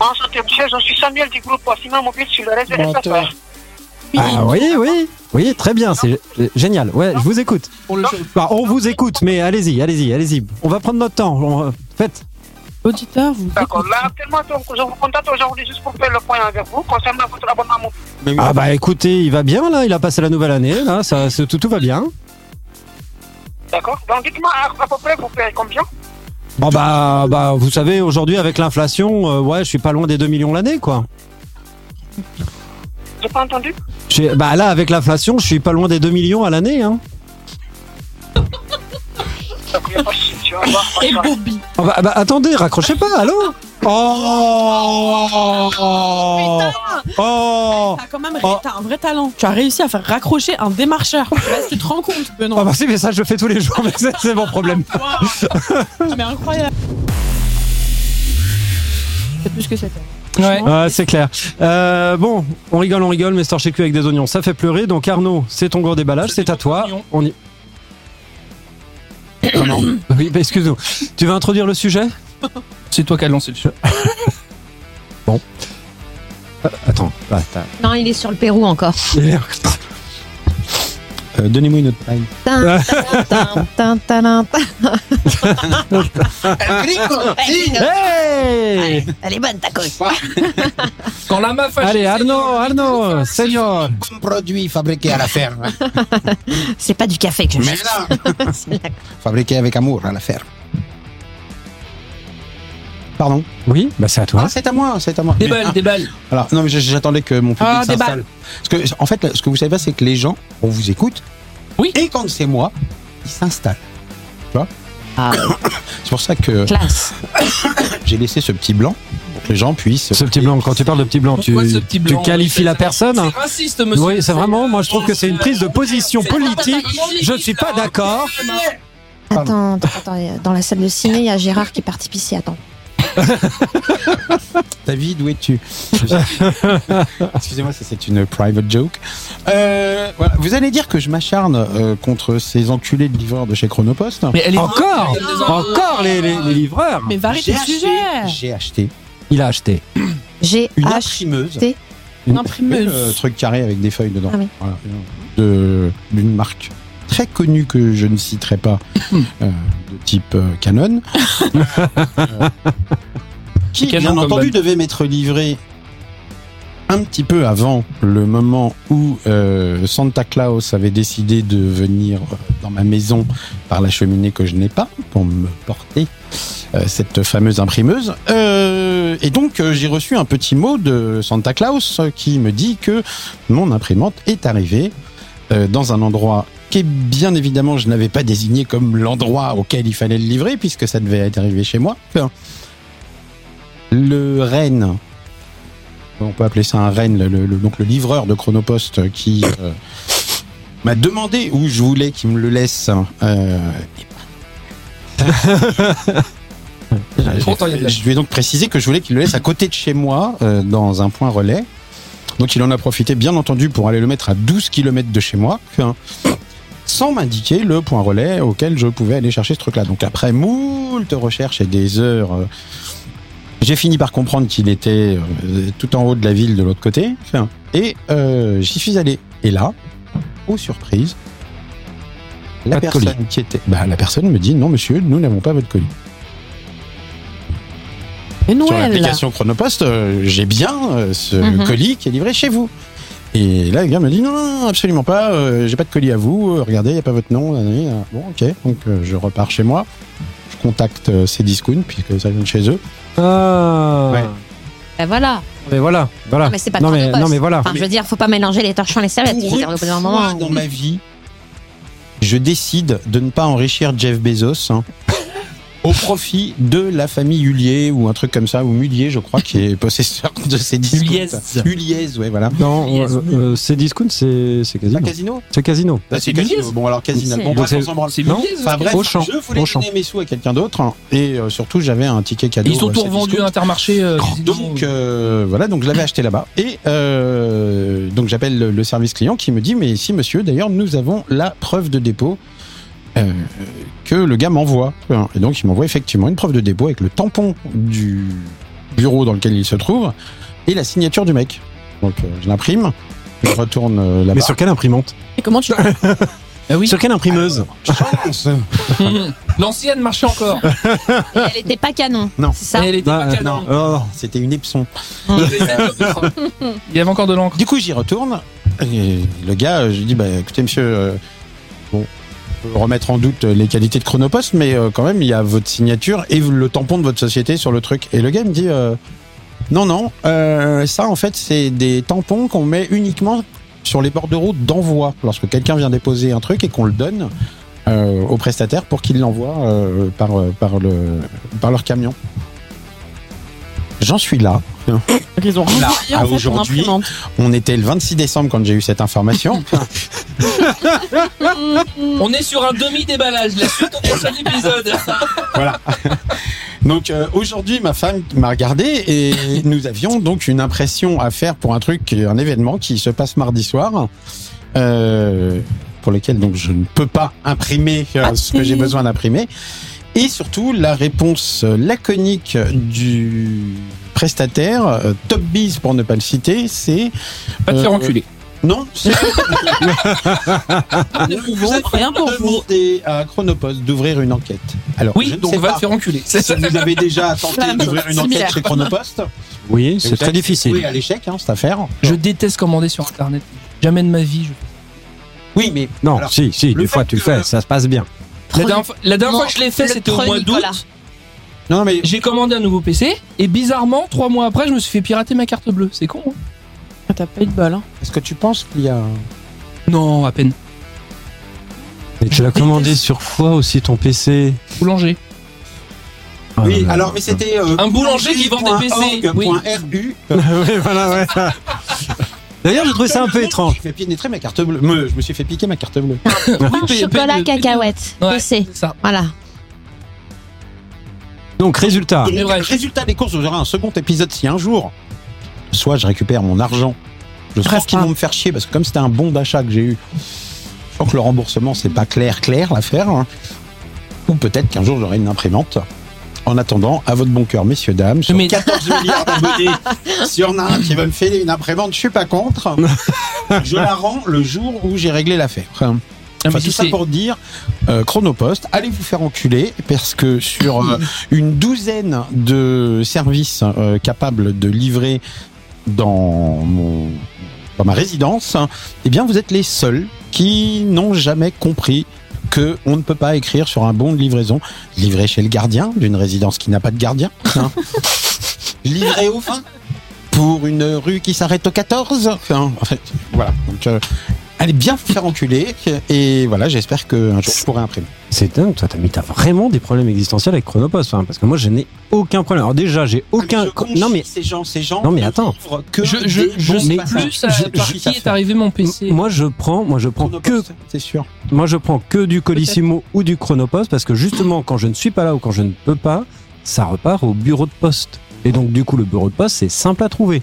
Enchanté, monsieur, je suis Samuel du groupe Ciment Mobile sur le reste de
Menteur.
l'espace.
Ah oui, oui, oui, très bien, c'est euh, génial. Ouais, je vous écoute.
Pour le show.
Bah, on vous écoute, mais allez-y, allez-y, allez-y. On va prendre notre temps. on- Faites.
Auditeur, vous.
D'accord. Là, actuellement, donc, je vous contacte aujourd'hui juste pour faire le point avec vous concernant votre abonnement mobile.
Ah bah écoutez, il va bien là, il a passé la nouvelle année, là, ça, c'est- tout, tout va bien.
D'accord Donc, dites-moi à, à peu près, vous payez combien
Bon bah, bah vous savez, aujourd'hui avec l'inflation, euh, ouais, je suis pas loin des 2 millions l'année quoi.
J'ai pas entendu
Je suis- bah là avec l'inflation, je suis pas loin des 2 millions à l'année. Hein.
Donc, il y a pas de souci, au revoir,
ben,
bonne soirée.
Bobby.
Ah bah, bah, attendez, raccrochez pas, allô Oh Oh
T'as quand même
Oh.
t'as un vrai talent. Tu as réussi à faire raccrocher
(laughs)
un démarcheur. Là, tu te rends compte,
Ah
Benoît.
bah si, mais ça je le fais tous les jours, (laughs) mais c'est- c'est mon problème.
Ah, mais incroyable. C'est plus que c'était.
Ouais.
Ouais, c'est clair. Euh, bon, on rigole, on rigole, mais c'est torché cul avec des oignons, ça fait pleurer. Donc Arnaud, c'est ton gros déballage, c'est à toi.
Oignons.
On y. Comment Oui, bah, excuse-nous. Tu veux introduire le sujet
C'est toi qui as lancé le jeu.
Attends. Ah, t'as-
Non, il est sur le Pérou encore.
Euh, Donnez-moi une autre paille.
Tin, tin, tin,
(laughs)
tin, tin.
Ah.
hey
Elle est bonne ta coque.
Quand la meuf a
Allez, Arnaud, Arnaud, Seigneur.
Un produit fabriqué à la ferme.
(laughs)
C'est pas du café que je
Mais non
C'est la-
Fabriqué avec amour à la ferme. Pardon ben,
Oui, bah c'est à toi.
Hein
Ah, c'est à moi, c'est à moi. Ah.
des
Mais-
balles, des balles.
Alors, non, mais je- j'attendais que mon public
Ah, des
s'installe. Parce que, en fait, ce que vous savez pas, c'est que les gens, on vous écoute.
Oui.
Et quand c'est moi, ils s'installent. Tu vois
Ah.
(coughs) C'est pour ça que
Classe.
j'ai laissé ce petit blanc pour que les gens puissent.
Ce petit blanc, quand tu parles de petit blanc, tu,
Pourquoi ce petit
tu
blanc
qualifies la personne
C'est raciste, monsieur.
Oui, c'est vraiment, moi je trouve que c'est une prise de position politique. Je ne suis pas d'accord.
Attends, attends, attends, dans la salle de ciné, il y a Gérard qui est parti pisser. Attends.
David, où es-tu Excusez-moi, ça c'est une private joke. Euh, voilà. Vous allez dire que je m'acharne euh, contre ces enculés de livreurs de chez Chronopost.
Mais elle est
Encore Encore les, les- les livreurs
Mais varie
Oh. J'ai
tes
acheté,
sujets
j'ai acheté
Il a acheté.
J'ai
une
H.
imprimeuse.
Une
Euh,
imprimeuse.
truc carré avec des feuilles dedans.
Ah oui.
Voilà. De- D'une marque très connue que je ne
(laughs)
citerai pas, euh, de type euh, Canon. Euh, qui,
C'est Canon
bien
comme
entendu,
bonne.
devait m'être livré un petit peu avant le moment où euh, Santa Claus avait décidé de venir euh, dans ma maison par la cheminée que je n'ai pas pour me porter euh, cette fameuse imprimeuse. Euh, et donc euh, j'ai reçu un petit mot de Santa Claus euh, qui me dit que mon imprimante est arrivée euh, dans un endroit qui bien évidemment je n'avais pas désigné comme l'endroit auquel il fallait le livrer puisque ça devait être arrivé chez moi. Enfin, le Rennes. On peut appeler ça un Rennes, le, le- donc le livreur de Chronopost euh, qui euh, m'a demandé où je voulais qu'il me le laisse.
(laughs)
euh,
Pourtant, il y a de la-
je lui ai donc précisé que je voulais qu'il le laisse à côté de chez moi, euh, dans un point relais. Donc il en a profité, bien entendu, pour aller le mettre à 12 km de chez moi, hein, sans m'indiquer le point relais auquel je pouvais aller chercher ce truc-là. Donc après moult recherches et des heures, euh, j'ai fini par comprendre qu'il était euh, tout en haut de la ville de l'autre côté. hein, et euh, j'y suis allé. Et là, aux surprises, la
Pas de
personne qui était... Bah, la personne me dit, non monsieur, nous n'avons pas votre colis.
Mais
Sur
Noël
l'application Chronopost, euh, j'ai bien euh, ce
Mhm.
colis qui est livré chez vous. Et là, le gars me dit non, non, non, absolument pas, euh, j'ai pas de colis à vous, euh, regardez, il n'y a pas votre nom. nan, nan, nan. Bon, ok, donc euh, je repars chez moi, je contacte euh, Cdiscount, puisque ça vient de chez eux.
Ah.
Ouais.
Ben voilà.
Mais voilà, voilà.
Non, mais c'est pas
non, mais,
Chronopost.
non Ah, mais voilà.
Enfin, je veux dire, faut pas mélanger les torchons et les
Ah,
serviettes. Je veux dire, au bout d'un moment.
dans ma vie, je décide de ne pas enrichir Jeff Bezos hein, au profit de la famille Hulier ou un truc comme ça, ou Mullier, je crois, qui est possesseur de ces disques.
Huliez.
Huliez, ouais, voilà.
Non, euh, euh, c'est discount, c'est c'est casino.
Un Ah, casino
C'est casino.
Bah, c'est
C'est
Casino.
Miliez.
Bon, alors Casino.
C'est-
Bon, bref,
c'est-
on s'en branle.
C'est
Non.
Miliez,
Enfin, bref,
Auchan.
je voulais
Auchan.
donner mes sous à quelqu'un d'autre hein, et euh, surtout j'avais un ticket cadeau.
Ils ont tout
euh,
revendu à
Cdiscount.
Intermarché. euh, Casino.
Donc euh, voilà, donc je l'avais acheté là-bas et euh, donc j'appelle le- le service client qui me dit mais si monsieur d'ailleurs nous avons la preuve de dépôt euh, que le gars m'envoie et donc il m'envoie effectivement une preuve de dépôt avec le tampon du bureau dans lequel il se trouve et la signature du mec. Donc euh, je l'imprime, je retourne euh, là-bas.
Mais sur quelle imprimante
Et comment tu
Ah oui.
Sur quelle imprimeuse
Chance.
Hum, L'ancienne marchait encore.
Elle était pas canon.
Non.
C'est ça.
Et elle était
Non,
pas
euh,
Ah, Non,
canon.
non, Oh. non, c'était une Epson.
(laughs)
Il y avait encore de l'encre.
Du coup, j'y retourne. Et le gars, euh, je lui dis, bah, écoutez, monsieur, euh, bon, on peut remettre en doute les qualités de Chronopost, mais euh, quand même, il y a votre signature et le tampon de votre société sur le truc. Et le gars me dit, euh, non, non, euh, ça, en fait, c'est des tampons qu'on met uniquement sur les bords de route d'envoi. Lorsque quelqu'un vient déposer un truc et qu'on le donne euh, au prestataire pour qu'il l'envoie euh, par, euh, par, le, par leur camion. J'en suis là.
Donc ils ont renvoyé
à
en fait ton
aujourd'hui.
imprimante.
On était le 26 décembre quand j'ai eu cette information.
(laughs) On est sur un demi-déballage. La suite au prochain épisode.
(laughs) Donc euh, aujourd'hui, ma femme m'a regardé et nous avions donc une impression à faire pour un truc, un événement qui se passe mardi soir, euh, pour lequel donc je ne peux pas imprimer euh,
Ah,
ce que j'ai besoin d'imprimer. Et surtout, la réponse laconique du prestataire, euh, Top Biz pour ne pas le citer, c'est...
Pas de faire enculer. (laughs)
Non, c'est
ne pouvons rien pour vous.
(laughs) demander à Chronopost d'ouvrir une enquête. Alors, je
Oui,
ne
donc
sais
va
pas
te faire enculer.
si vous avez déjà tenté
La même
d'ouvrir une
chose,
enquête
similaire.
chez Chronopost.
Oui,
Et
c'est
vous
très
êtes
difficile.
voué à l'échec, hein, cette affaire.
Je déteste commander sur internet. Jamais de ma vie. je-
Oui, mais
Non,
Alors,
si, si,
le
des
fait
fois tu
que-
le fais, ça se passe bien.
La dernière, fois- la dernière
Non,
fois que je l'ai fait,
le
c'était au mois d'août.
Nicolas.
non, mais
J'ai commandé un nouveau PC et bizarrement, trois mois après, je me suis fait pirater ma carte bleue. C'est con. hein
T'as pas eu de bol. Hein.
est-ce que tu penses qu'il y a
non, à peine.
Et tu l'as commandé sur quoi aussi ton PC
Boulanger.
Oui,
Ah,
alors mais c'était euh,
Un boulanger qui vend des PC. Oui.
.org.ru.
(laughs) oui, voilà, ouais. D'ailleurs, j'ai trouvé ça un peu étrange.
Je me suis fait pénétrer ma carte bleue. Me- je me suis fait piquer ma carte bleue.
Pain,
paye-
chocolat,
paye-
cacahuète.
Ouais.
PC.
Ça.
Voilà.
Donc, résultat.
Donc,
mais bref.
Résultat des courses, j'aurai un second épisode si un jour, soit je récupère mon argent. Je
Bref,
pense qu'ils
hein.
vont me faire chier parce que comme c'était un bon d'achat que j'ai eu, je crois que le remboursement c'est pas clair clair l'affaire. hein. Ou peut-être qu'un jour j'aurai une imprimante. En attendant, à votre bon cœur, messieurs, dames, sur
Mais-
14 milliards d'abonnés, si on a un qui va me filer une imprimante, je suis pas contre. Je la rends le jour où j'ai réglé l'affaire.
Ah, mais
Enfin, tout
tu
ça
sais-
pour dire, euh, Chronopost, allez vous faire enculer parce que
(laughs)
sur euh, une douzaine de services euh, capables de livrer dans mon dans ma résidence, hein, eh bien vous êtes les seuls qui n'ont jamais compris que on ne peut pas écrire sur un bon de livraison livré chez le gardien d'une résidence qui n'a pas de gardien,
(laughs)
hein. livré au fin pour une rue qui s'arrête au 14. Enfin, en fait, voilà. Donc euh, allez bien vous faire enculer et voilà, j'espère qu'un jour je pourrai imprimer.
C'est dingue, toi, t'as mis t'as vraiment des problèmes existentiels avec Chronopost, hein, parce que moi, je n'ai aucun problème. Alors déjà, j'ai
Ah,
aucun. Non mais
ces gens, ces gens.
Non, mais attends.
Que
Je, je, je sais
mais
plus à
je-
par
je-
qui est arrivé mon PC.
moi, je prends, moi, je prends que,
Chronopost, c'est sûr.
moi, je prends que du Colissimo ou du Chronopost, parce que justement, quand je ne suis pas là ou quand je ne peux pas, ça repart au bureau de poste. Et donc, du coup, le bureau de poste, c'est simple à trouver.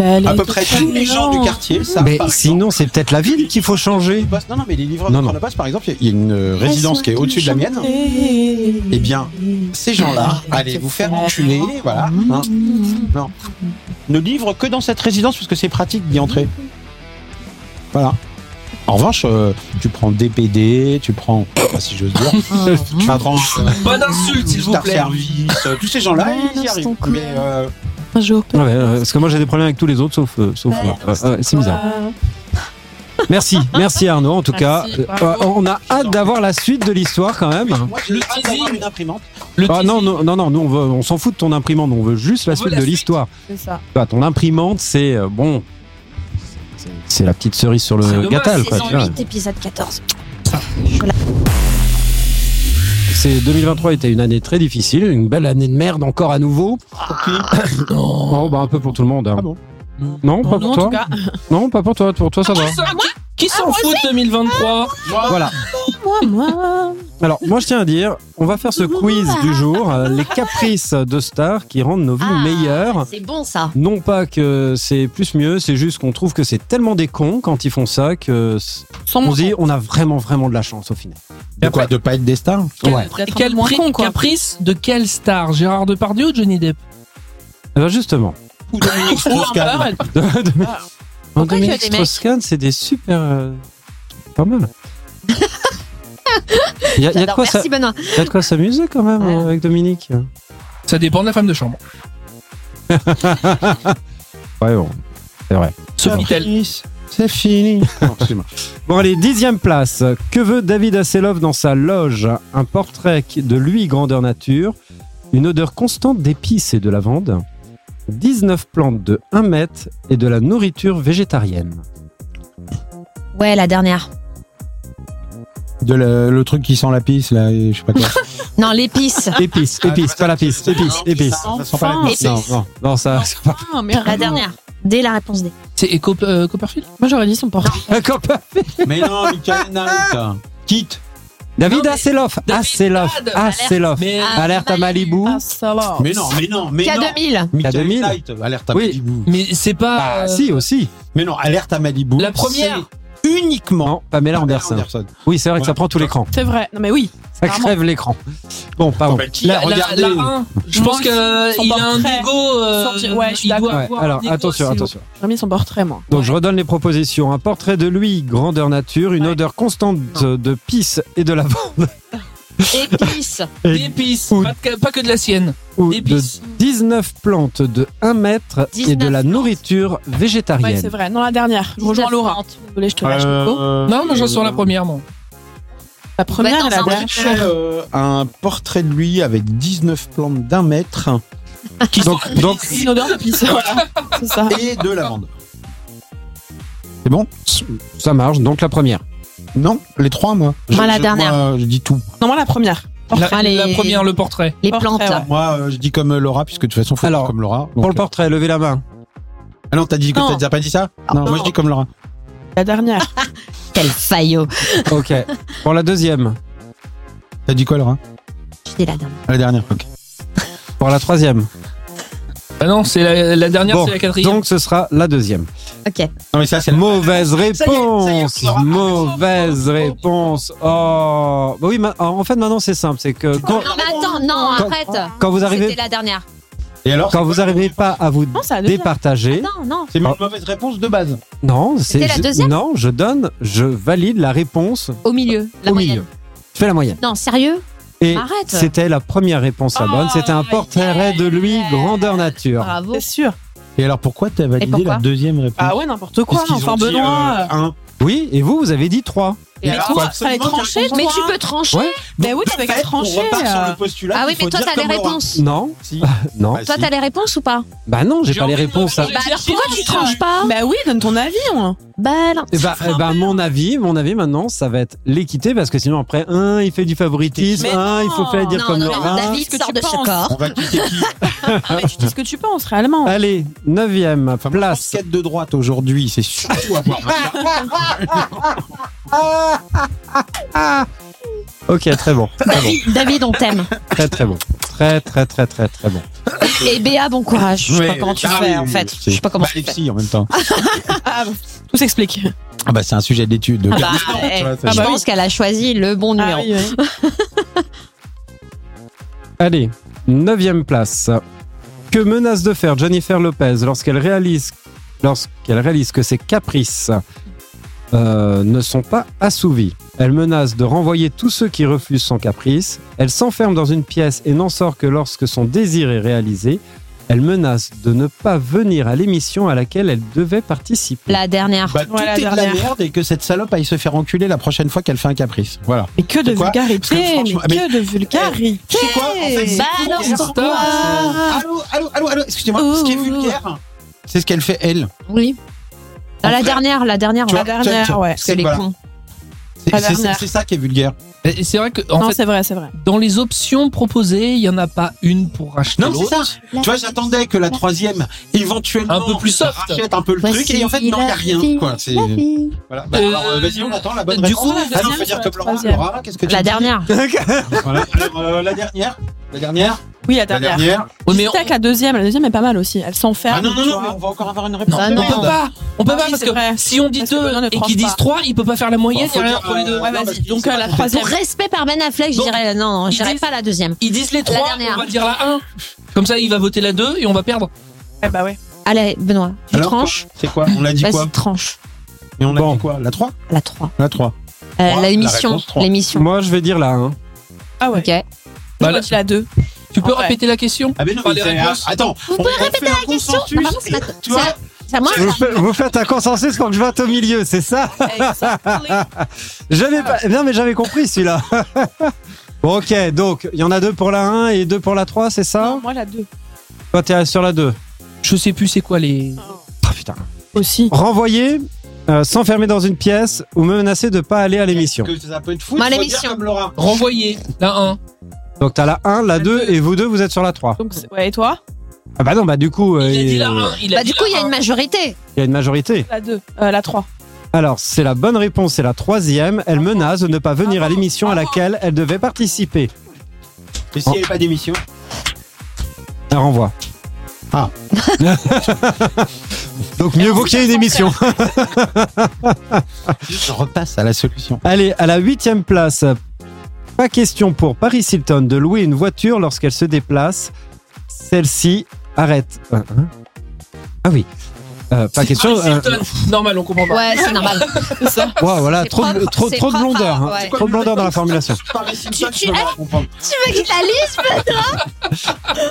À peu près tous les gens du quartier, ça.
mais
par exemple.
sinon, c'est peut-être la ville qu'il faut
(laughs)
changer.
Chronopost- Non, non, mais les livreurs
Non,
de
non.
Chronopost, par exemple, il y a une euh, résidence qui est au-dessus de la mienne. Eh bien, ces gens-là, allez vous faire enculer, voilà. hein. Non. Ne livre que dans cette résidence parce que c'est pratique d'y entrer. Voilà. En revanche, euh, tu prends DPD, tu prends, je sais pas si j'ose dire,
(laughs)
tu prends euh,
Pas d'insulte, s'il vous
Star
plaît.
Service, euh, tous ces gens-là,
Ouais,
ils y
non, c'est
arrivent.
ton
Mais, euh,
Un jour.
Ouais, euh, parce que moi, j'ai des problèmes avec tous les autres, sauf, euh, sauf. moi. Ouais, ouais, c'est bizarre. Merci, merci Arnaud. En tout
Merci,
cas,
bravo.
Euh, on a hâte d'avoir la suite de l'histoire quand même.
moi, j'ai
Le
hâte d'avoir
teasing.
une imprimante.
Le
Ah
teasing.
non, non, non, non, nous, on, veut- on s'en fout de ton imprimante, on veut juste la
On veut
suite
la
de
suite.
l'histoire.
C'est ça.
Bah, ton imprimante, c'est euh, bon. c'est- C'est la petite cerise sur
C'est
le
dommage,
gâtal. quoi,
Saison
tu vois.
8, épisode 14.
C'est 2023 était une année très difficile, une belle année de merde encore à nouveau. (coughs) Oh, bah un peu pour tout le monde. hein.
Ah bon
Non, pas
Non,
pour
en
toi.
tout cas.
Non, pas pour toi. Pour toi,
(laughs)
ça va.
Qui s'en fout de 2023
Voilà.
Moi, moi.
Alors, moi, je tiens à dire, on va faire ce quiz du jour, euh, les caprices de stars qui rendent nos vies
Ah.
meilleures.
C'est bon ça.
Non pas que c'est plus mieux, c'est juste qu'on trouve que c'est tellement des cons quand ils font ça que s-
Sans
on
mon
se dit on a vraiment vraiment de la chance au final.
De quoi De pas être des stars
Ouais.
D'être un
Quel
peu moins
pri-
con, quoi.
caprice de quelle star Gérard Depardieu ou Johnny Depp
Alors justement,
Ou Dominique
Ou un
Strauss-Kahn.
beurre,
(laughs) de,
elle-
de-
Ah. Pourquoi
Dominique
que des mecs
Strauss-Kahn, c'est des super euh,
(laughs)
pas mal. Il y, a- il y a de
J'adore.
quoi ça-
Merci Benoît.
il y a de quoi s'amuser quand même
Ouais.
euh, avec Dominique.
Ça dépend de la femme de chambre.
Ouais bon, c'est vrai.
Ah,
Sophie Tell.
C'est fini. (laughs) Non, excuse-moi.
Bon allez, dixième place. Que veut David Hasselhoff dans sa loge Un portrait qui- de lui grandeur nature, une odeur constante d'épices et de lavande, 19 plantes de 1 mètre et de la nourriture végétarienne.
Ouais, la dernière.
De le, le truc qui sent la pisse, là, et je sais pas quoi.
Non, (laughs) l'épice.
Épices, épices, pas la piste, épices, épices.
ah, Ça sent pas la pisse.
Non, non, non, ça. ça va.
Ah, merde.
la dernière. Dès la réponse D.
C'est et Cop- euh, Copperfield
Moi, j'aurais dit son portrait.
Encore pas.
Mais non, Michael Knight. Quitte.
David Asseloff, Asseloff, Asseloff,
Mais-
alerte à Malibu.
Ah, Mais non, mais non, mais
K
non.
2000.
Michael
2000.
Knight, euh, alerte à
Oui.
Malibu.
Mais c'est pas. euh,
Ah si aussi.
Mais non, alerte à Malibu.
La première.
c'est uniquement
Non, Pamela
Pamela
Anderson. Oui, c'est vrai que ça
Ouais.
prend tout l'écran.
C'est vrai. Non, mais oui.
Ça
Clairement.
crève l'écran. Bon, pardon.
Bah, qui a regardé
un, je
Non,
pense
ils
qu'il a
sont pas
un
prêts.
ego. euh,
Sortir- ouais, je suis
il doit
d'accord.
Ouais,
avoir un
alors
ego
attention,
assez haut.
attention.
J'ai mis son portrait, moi.
Donc je redonne les propositions. Un portrait de lui, grandeur nature, une
Ouais.
odeur constante de pisse et de lavande. (laughs)
Épice.
Et-
D'épices,
Ou-
euh, pas, de- pas que de la sienne.
ou de
D'épices.
19 plantes de 1 mètre et de
19
la
plantes.
nourriture
Ouais, c'est
végétarienne.
vrai. Non, la dernière. Je rejoins Laura. Désolée, je te lâche Nico.
Euh,
Non, moi j'en sors la première, moi.
La première
dans
et la
un
dernière.
euh, un portrait de lui avec 19 plantes d'un mètre
Donc, donc
C'est une odeur de pisse. Voilà. (laughs) C'est ça.
et de lavande.
ça marche, donc la première.
Non, les trois, moi. Je-
Moi, la
je-
dernière.
Moi, je dis tout.
Non, moi, la première.
La,
Allez.
la première, le portrait.
Les
Portrait,
plantes.
ouais.
Moi, euh, je dis comme Laura, puisque de toute façon, faut
Alors,
faire comme Laura. Donc,
Pour le portrait, levez la main.
euh, ah non, t'as dit,
Non.
t'as pas dit ça Ah, non, moi je dis comme Laura.
La dernière.
Quel faillot.
Ok. Pour la deuxième.
T'as dit quoi, Laura
Je dis la dernière.
Ah, La dernière. ok.
Pour la troisième.
Ah non, c'est la, la dernière,
Bon,
c'est la quatrième.
Donc ce sera la deuxième.
Ok.
Non, mais ça, c'est
Mauvaise
Ça y est, ça y est,
réponse.
on aura-
Mauvaise réponse. Oh. Bah oui, ma- en fait maintenant c'est simple, c'est que quand,
Non, mais attends, non,
Quand-
arrête.
quand vous
C'était
arrivez
la dernière.
Et alors
quand vous arrivez pas à vous
Non, c'est
Ah,
la deuxième.
départager,
Non, non.
C'est une mauvaise réponse de base.
non, c'est
C'était la deuxième
non, je donne, je valide la réponse
Au milieu. La
au
moyenne.
milieu. Je fais la moyenne.
Non, sérieux
Et
Arrête.
c'était la première réponse à
Oh,
bonne. C'était un portrait de lui, grandeur nature.
Bravo.
C'est sûr.
Et alors pourquoi t'as validé
pourquoi
la deuxième réponse
Ah ouais, n'importe quoi.
Parce qu'ils
Enfin,
ont dit,
Benoît.
euh, un.
Oui, et vous, vous avez dit trois.
Et
Mais
alors,
toi,
faut
fallait
absolument
trancher.
Mais tu
toi.
peux trancher.
Ouais.
Mais oui, t'avais
En fait,
qu'à trancher.
On repart sur
euh.
le postulat.
Ah oui,
qu'il
mais
faut
toi,
dire
t'as les
comme Laura.
réponses.
Non,
Si.
non.
Bah,
Toi,
si.
t'as les réponses ou pas
Bah non, j'ai
J'ai
pas les
envie de
réponses.
me
à-
lever.
Bah,
j'ai
alors, pourquoi
cherché
tu
ça.
tranches pas
Bah oui, donne ton avis. on.
Bah,
Eh bah, eh bah, mon avis, mon avis maintenant, ça va être l'équité parce que sinon après, un, il fait du favoritisme,
Mais
un,
non.
il faut faire dire
non,
comme
non,
Laura.
David
ce que
sort
tu
de ce
penses.
corps.
On va quitter qui
Ah, mais tu dis ce que tu penses réellement.
Allez, neuvième
Enfin,
place.
Quête de droite aujourd'hui, c'est
Ah,
surtout à voir.
Ok, très bon, très bon,
David, on t'aime.
très très bon, très très très très très bon.
Et Béa, bon courage. Je sais pas
Ouais,
comment tu
ah
fais,
oui,
en
oui,
fait.
oui,
Je sais pas comment
bah,
tu fais.
si, en même temps.
Ah, bah, tout s'explique.
Ah bah c'est un sujet d'étude. de
Ah bah,
garde.
eh,
tu vois,
je
c'est-
bah oui.
pense qu'elle a choisi le bon
Ah,
numéro.
oui, oui.
Allez, neuvième place. Que menace de faire Jennifer Lopez lorsqu'elle réalise, lorsqu'elle réalise que ses caprices euh, ne sont pas assouvis Elle menace de renvoyer tous ceux qui refusent son caprice. Elle s'enferme dans une pièce et n'en sort que lorsque son désir est réalisé. Elle menace de ne pas venir à l'émission à laquelle elle devait participer.
La dernière.
Bah, tout
Voilà,
est de la
dernière.
merde et que cette salope aille se faire enculer la prochaine fois qu'elle fait un caprice. Voilà.
Mais que de
Quoi
vulgarité,
Parce que
mais
franchement, mais-
que de vulgarité.
C'est quoi en fait, c'est
Bah,
vulgaire.
non, c'est
pourquoi
Ah,
Allô, allô, allô, allô, excusez-moi,
Ouh,
ce qui est
ouh,
vulgaire, c'est ce qu'elle fait elle.
Oui. Ah, la
Après,
dernière, la dernière.
tu
ouais.
vois,
La dernière, ouais.
Parce que les
voilà.
cons.
C'est
La
c'est-
dernière.
c'est ça qui est vulgaire.
Et C'est vrai que, en
non,
fait,
c'est vrai, c'est vrai.
dans les options proposées, il n'y en a pas une pour racheter
Non, c'est
l'autre.
ça. Tu vois, j'attendais que la troisième, éventuellement,
Un peu plus soft.
rachète un peu le
Voici
truc, et en fait, non, il a
la
rien.
fille,
Quoi. C'est-
la fille.
Voilà. Bah,
Euh,
alors, euh, vas-y, on attend la bonne
du
réponse.
coup, la
Ah, non,
dernière
faut dire
sur la
comme Laura,
troisième.
Laura, qu'est-ce que tu
La
dis
dernière.
Voilà. Alors, euh, la dernière. La dernière.
Oui, la
La
dernière.
dernière.
Ouais, mais
C'était avec la deuxième, la deuxième est pas mal aussi. Elle s'enferme.
Ah non, non,
tu
non, mais
vois.
on va encore avoir une réponse.
Bah
de
non.
on peut
merde.
pas. On peut
Ah
pas
oui,
parce
c'est
que
vrai.
si on dit
Parce que
deux
Bruno ne
et
tranche
qu'ils disent
pas.
trois, il peut pas faire la moyenne.
Bah, Faut
Il y a
dire,
rien pour les deux.
euh,
Ouais,
non, parce
vas-y.
que
Donc
c'est
euh,
pas
la
très
Pour
troisième.
respect par Ben Affleck, je
Donc,
dirais non, non,
ils
je dirais
disent-
pas la deuxième.
Ils disent les
La
trois.
dernière.
On va dire la un. Comme ça, il va voter la deux et on va perdre.
Ouais, bah ouais.
Allez, Benoît, tu
Alors,
tranches.
C'est quoi On a dit quoi
Vas-y, tranche.
Et on a
Bon.
dit quoi La 3
La 3.
La 3.
Euh,
Trois,
la
la
émission.
réponse trois.
L'émission.
Moi, je vais dire là. hein.
Ah ouais.
Ok.
Bah,
Moi,
là-
je dis la deux.
Tu peux
En vrai.
répéter la question
Ah, mais non,
Pas
mais
les
c'est-
réponses.
Attends.
Vous
pouvez répéter la question Tu vois
C'est à moi
Vous, fa- vous faites un consensus quand je vais au milieu, c'est ça J'avais pas. Non, mais j'avais compris celui-là.
(laughs)
bon, ok, donc il y en a deux pour la 1 et deux pour la 3, c'est ça
Non, moi la deux.
Toi, t'es sur la 2.
Je sais plus c'est quoi les.
Ah putain.
Aussi.
Renvoyer, euh, s'enfermer dans une pièce ou me menacer de pas aller à l'émission.
que ça peut être fou.
Moi,
tu vas dire
l'émission.
Comme Laura.
Renvoyer la 1.
Donc t'as la 1, la
La
2
deux.
et vous deux, vous êtes sur la 3.
Donc, c'est- ouais, et toi
Ah bah non, bah du coup, euh,
Il a dit hein. la
il
1.
Bah, du coup, il y a une majorité.
y a une majorité.
La deux. Euh, la trois.
Alors, c'est la bonne réponse, c'est la troisième. Elle menace de ne pas venir à l'émission à laquelle elle devait participer.
Mais s'il n'y avait pas d'émission
Elle renvoie.
Ah.
(laughs) Donc, mieux vaut qu'il y ait une émission.
Je repasse à la solution.
Allez, à la huitième place. Pas question pour Paris Hilton de louer une voiture lorsqu'elle se déplace. Celle-ci arrête. Euh, hein Ah oui. Euh, pas question.
Ah,
euh,
Hilton. Normal, on comprend pas.
Ouais, c'est normal.
Waouh, voilà,
C'est
trop, de-
propre,
trop,
c'est
trop de
propre,
blondeur. hein.
ouais.
Trop de blondeur dans la formulation.
Paris Simpson, je peux
Tu- tu-
pas comprendre.
tu veux qu'il la lise, peut-être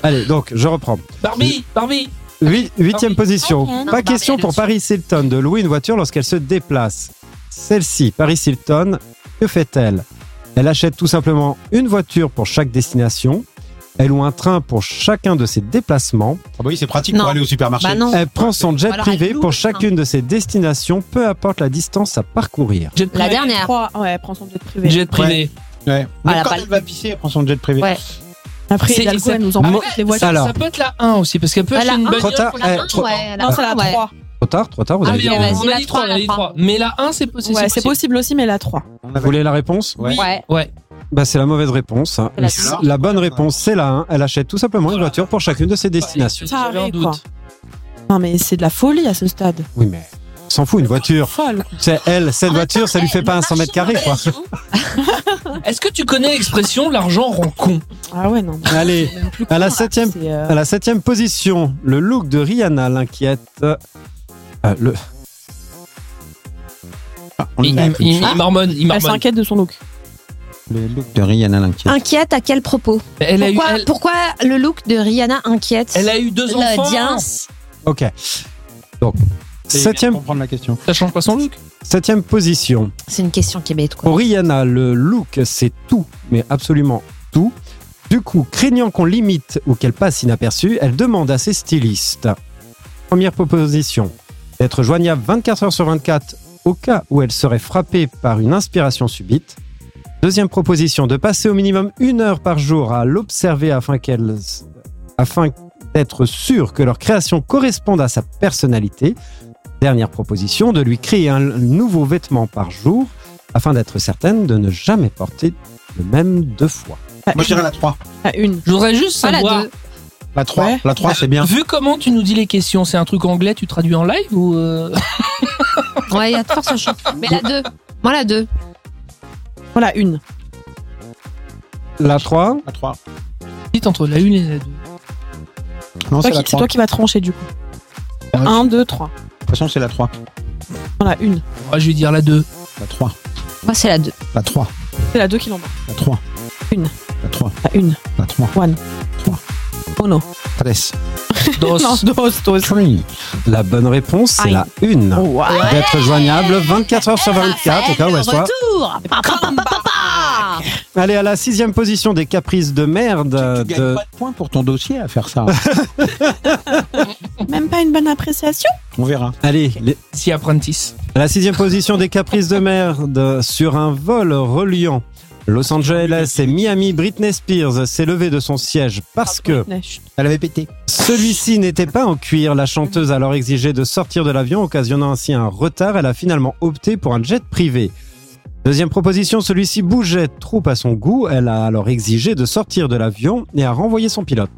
Allez, donc, je reprends.
Barbie, Barbie.
Huit- huitième position.
Ok.
Pas
Non,
question pour Paris Hilton de louer une voiture lorsqu'elle se déplace. Celle-ci, Paris Hilton, que fait-elle Elle achète tout simplement une voiture pour chaque destination. Elle loue un train pour chacun de ses déplacements.
Ah bah oui, c'est pratique
Non.
pour aller au supermarché.
Bah non.
Elle prend son jet
Ou alors elle
privé
loue
pour
le train.
chacune de ses destinations, peu importe la distance à parcourir.
Jet
La
privé.
dernière.
Trois. Ouais, prends son jet privé.
Jet privé.
Ouais.
Ah, la
Mais quand
balle.
elle va pisser, elle prend son jet privé.
Ouais.
Après,
C'est-
Hidalgo,
c'est-
elle nous emmerde les voitures.
Alors.
Ça peut être la 1 aussi, parce qu'elle peut
Ah,
acheter
la
une
un,
bagnole.
Trop tard,
pour la
eh,
1.
trop-
Ouais,
Non, c'est la
ouais.
3.
Trop tard, trop tard, vous
Ah,
avez
mais
dit-
on,
vas-y,
on a
la
dit
trois,
3, on a
la
dit
trois.
3. Mais la 1, c'est possible.
Ouais, c'est possible aussi, mais la 3.
Vous voulez la réponse
Ouais.
Ouais.
Ouais.
Bah, c'est la mauvaise réponse. hein.
La-
La bonne réponse, c'est la 1. Elle achète tout simplement une voiture pour chacune de ses destinations.
Ça
J'avais un
arrive,
doute.
quoi. Non, mais c'est de la folie à ce stade.
Oui, mais on s'en fout, une voiture.
Folle.
C'est elle, cette
En même temps,
voiture, ça lui
eh,
fait pas
le
un 100 mètres
marché
carrés, quoi.
d'occasion.
Est-ce que tu connais l'expression l'argent rend con
Ah ouais, non.
(laughs) Allez,
Plus
à la
con, là.
septième-
C'est, euh,
à la septième position, le look de Rihanna l'inquiète. Euh, le...
On
il,
l'a
il-
appris.
il- il marmonne, il
Elle
marmonne.
s'inquiète de son look.
Le look de Rihanna
Ah.
l'inquiète.
Inquiète à quel propos
Elle a, eu,
pourquoi,
elle,
pourquoi le look de Rihanna inquiète
elle a eu deux enfants.
l'audience
Ok. Donc, septième,
Comprendre la question.
Ça change pas son look.
septième position.
C'est une question québécoise.
Pour Rihanna, le look, c'est tout, mais absolument tout. Du coup, craignant qu'on l'imite ou qu'elle passe inaperçue, elle demande à ses stylistes. Première proposition, d'être joignable 24 heures sur 24 au cas où elle serait frappée par une inspiration subite. Deuxième proposition, de passer au minimum une heure par jour à l'observer afin qu'elle, afin d'être sûre que leur création corresponde à sa personnalité. Dernière proposition, de lui créer un nouveau vêtement par jour afin d'être certaine de ne jamais porter le même deux fois.
À
Moi, je dirais
Ah,
la
une.
3.
À une.
Je voudrais juste
Ah, la
savoir,
deux.
La 3,
Ouais.
la 3 c'est bien.
vu comment tu nous dis les questions, c'est un truc anglais, tu traduis en live ou euh, (laughs)
Ouais, il y a de force chant. Mais la 2. Moi, la 2.
Voilà, une.
La 3,
La 3.
Hésite entre la 1 et la 2
Non,
Toi
c'est
qui-
la
C'est
3.
toi
De
qui vas trancher, du coup.
Ouais.
Un, deux, trois.
toute façon, c'est la 3.
Voilà, une.
Ah, Je vais dire la 2.
La 3.
Moi, c'est la 2.
La 3.
C'est la 2 qui l'embarque.
La 3.
Une.
La 3.
À une.
La 3.
Oh non.
3.
Dos.
Non, dos, dos.
3.
la bonne réponse, c'est la 1.
Oh,
Euh,
wow.
D'être joignable 24 heures sur 24, au cas où elle soit.
Retour
Allez, à la sixième position des caprices de merde. euh,
Tu gagnes
de-
pas de points pour ton dossier à
(laughs)
faire ça.
Même pas une bonne appréciation.
On verra.
Allez, les-
Si apprentice.
à la sixième position des caprices de merde, euh, sur un vol reliant Los Angeles et Miami, Britney Spears s'est levée de son siège
Ah,
parce que
Ouais, chut.
Elle avait pété.
celui-ci n'était pas en cuir. La chanteuse a alors exigé de sortir de l'avion, occasionnant ainsi un retard. Elle a finalement opté pour un jet privé. Deuxième proposition, celui-ci bougeait trop à son goût. Elle a alors exigé de sortir de l'avion et a renvoyé son pilote.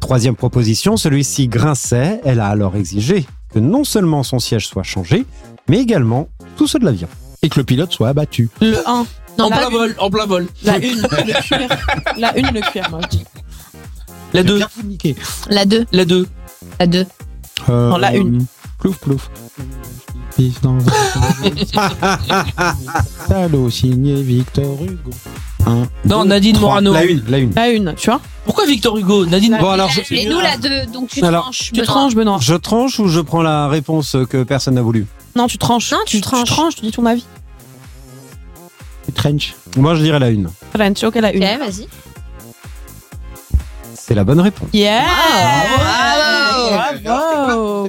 Troisième proposition, celui-ci grinçait. Elle a alors exigé que non seulement son siège soit changé, mais également tous ceux de l'avion.
Et que le pilote soit abattu.
Le 1.
en
la
plein vol, en plein vol.
La une, le cuir. La une, le cuir, moi, je dis.
La 2.
Bien vous niquer.
La 2.
La 2.
La 2.
Euh,
Non, la une.
Plouf, plouf. Pif dans un- Salaud signé Victor Hugo. Un,
Non,
deux,
Nadine
trois.
Morano.
La une, la une.
La une, tu vois.
Pourquoi Victor Hugo Nadine
Bon, alors,
Et nous, la 2. Donc, tu
Alors,
tranches.
Tu
Benoît.
tranches, Benoît.
je tranche ou je prends la réponse que personne n'a voulu
Non, tu tranches.
Non, tu tranches.
Tu tranches, tu dis ton avis.
Tu trenches.
Moi, je dirais la une.
French, ok, la
Ok,
une.
vas-y.
C'est la bonne réponse.
Yeah!
Bravo.
Bravo!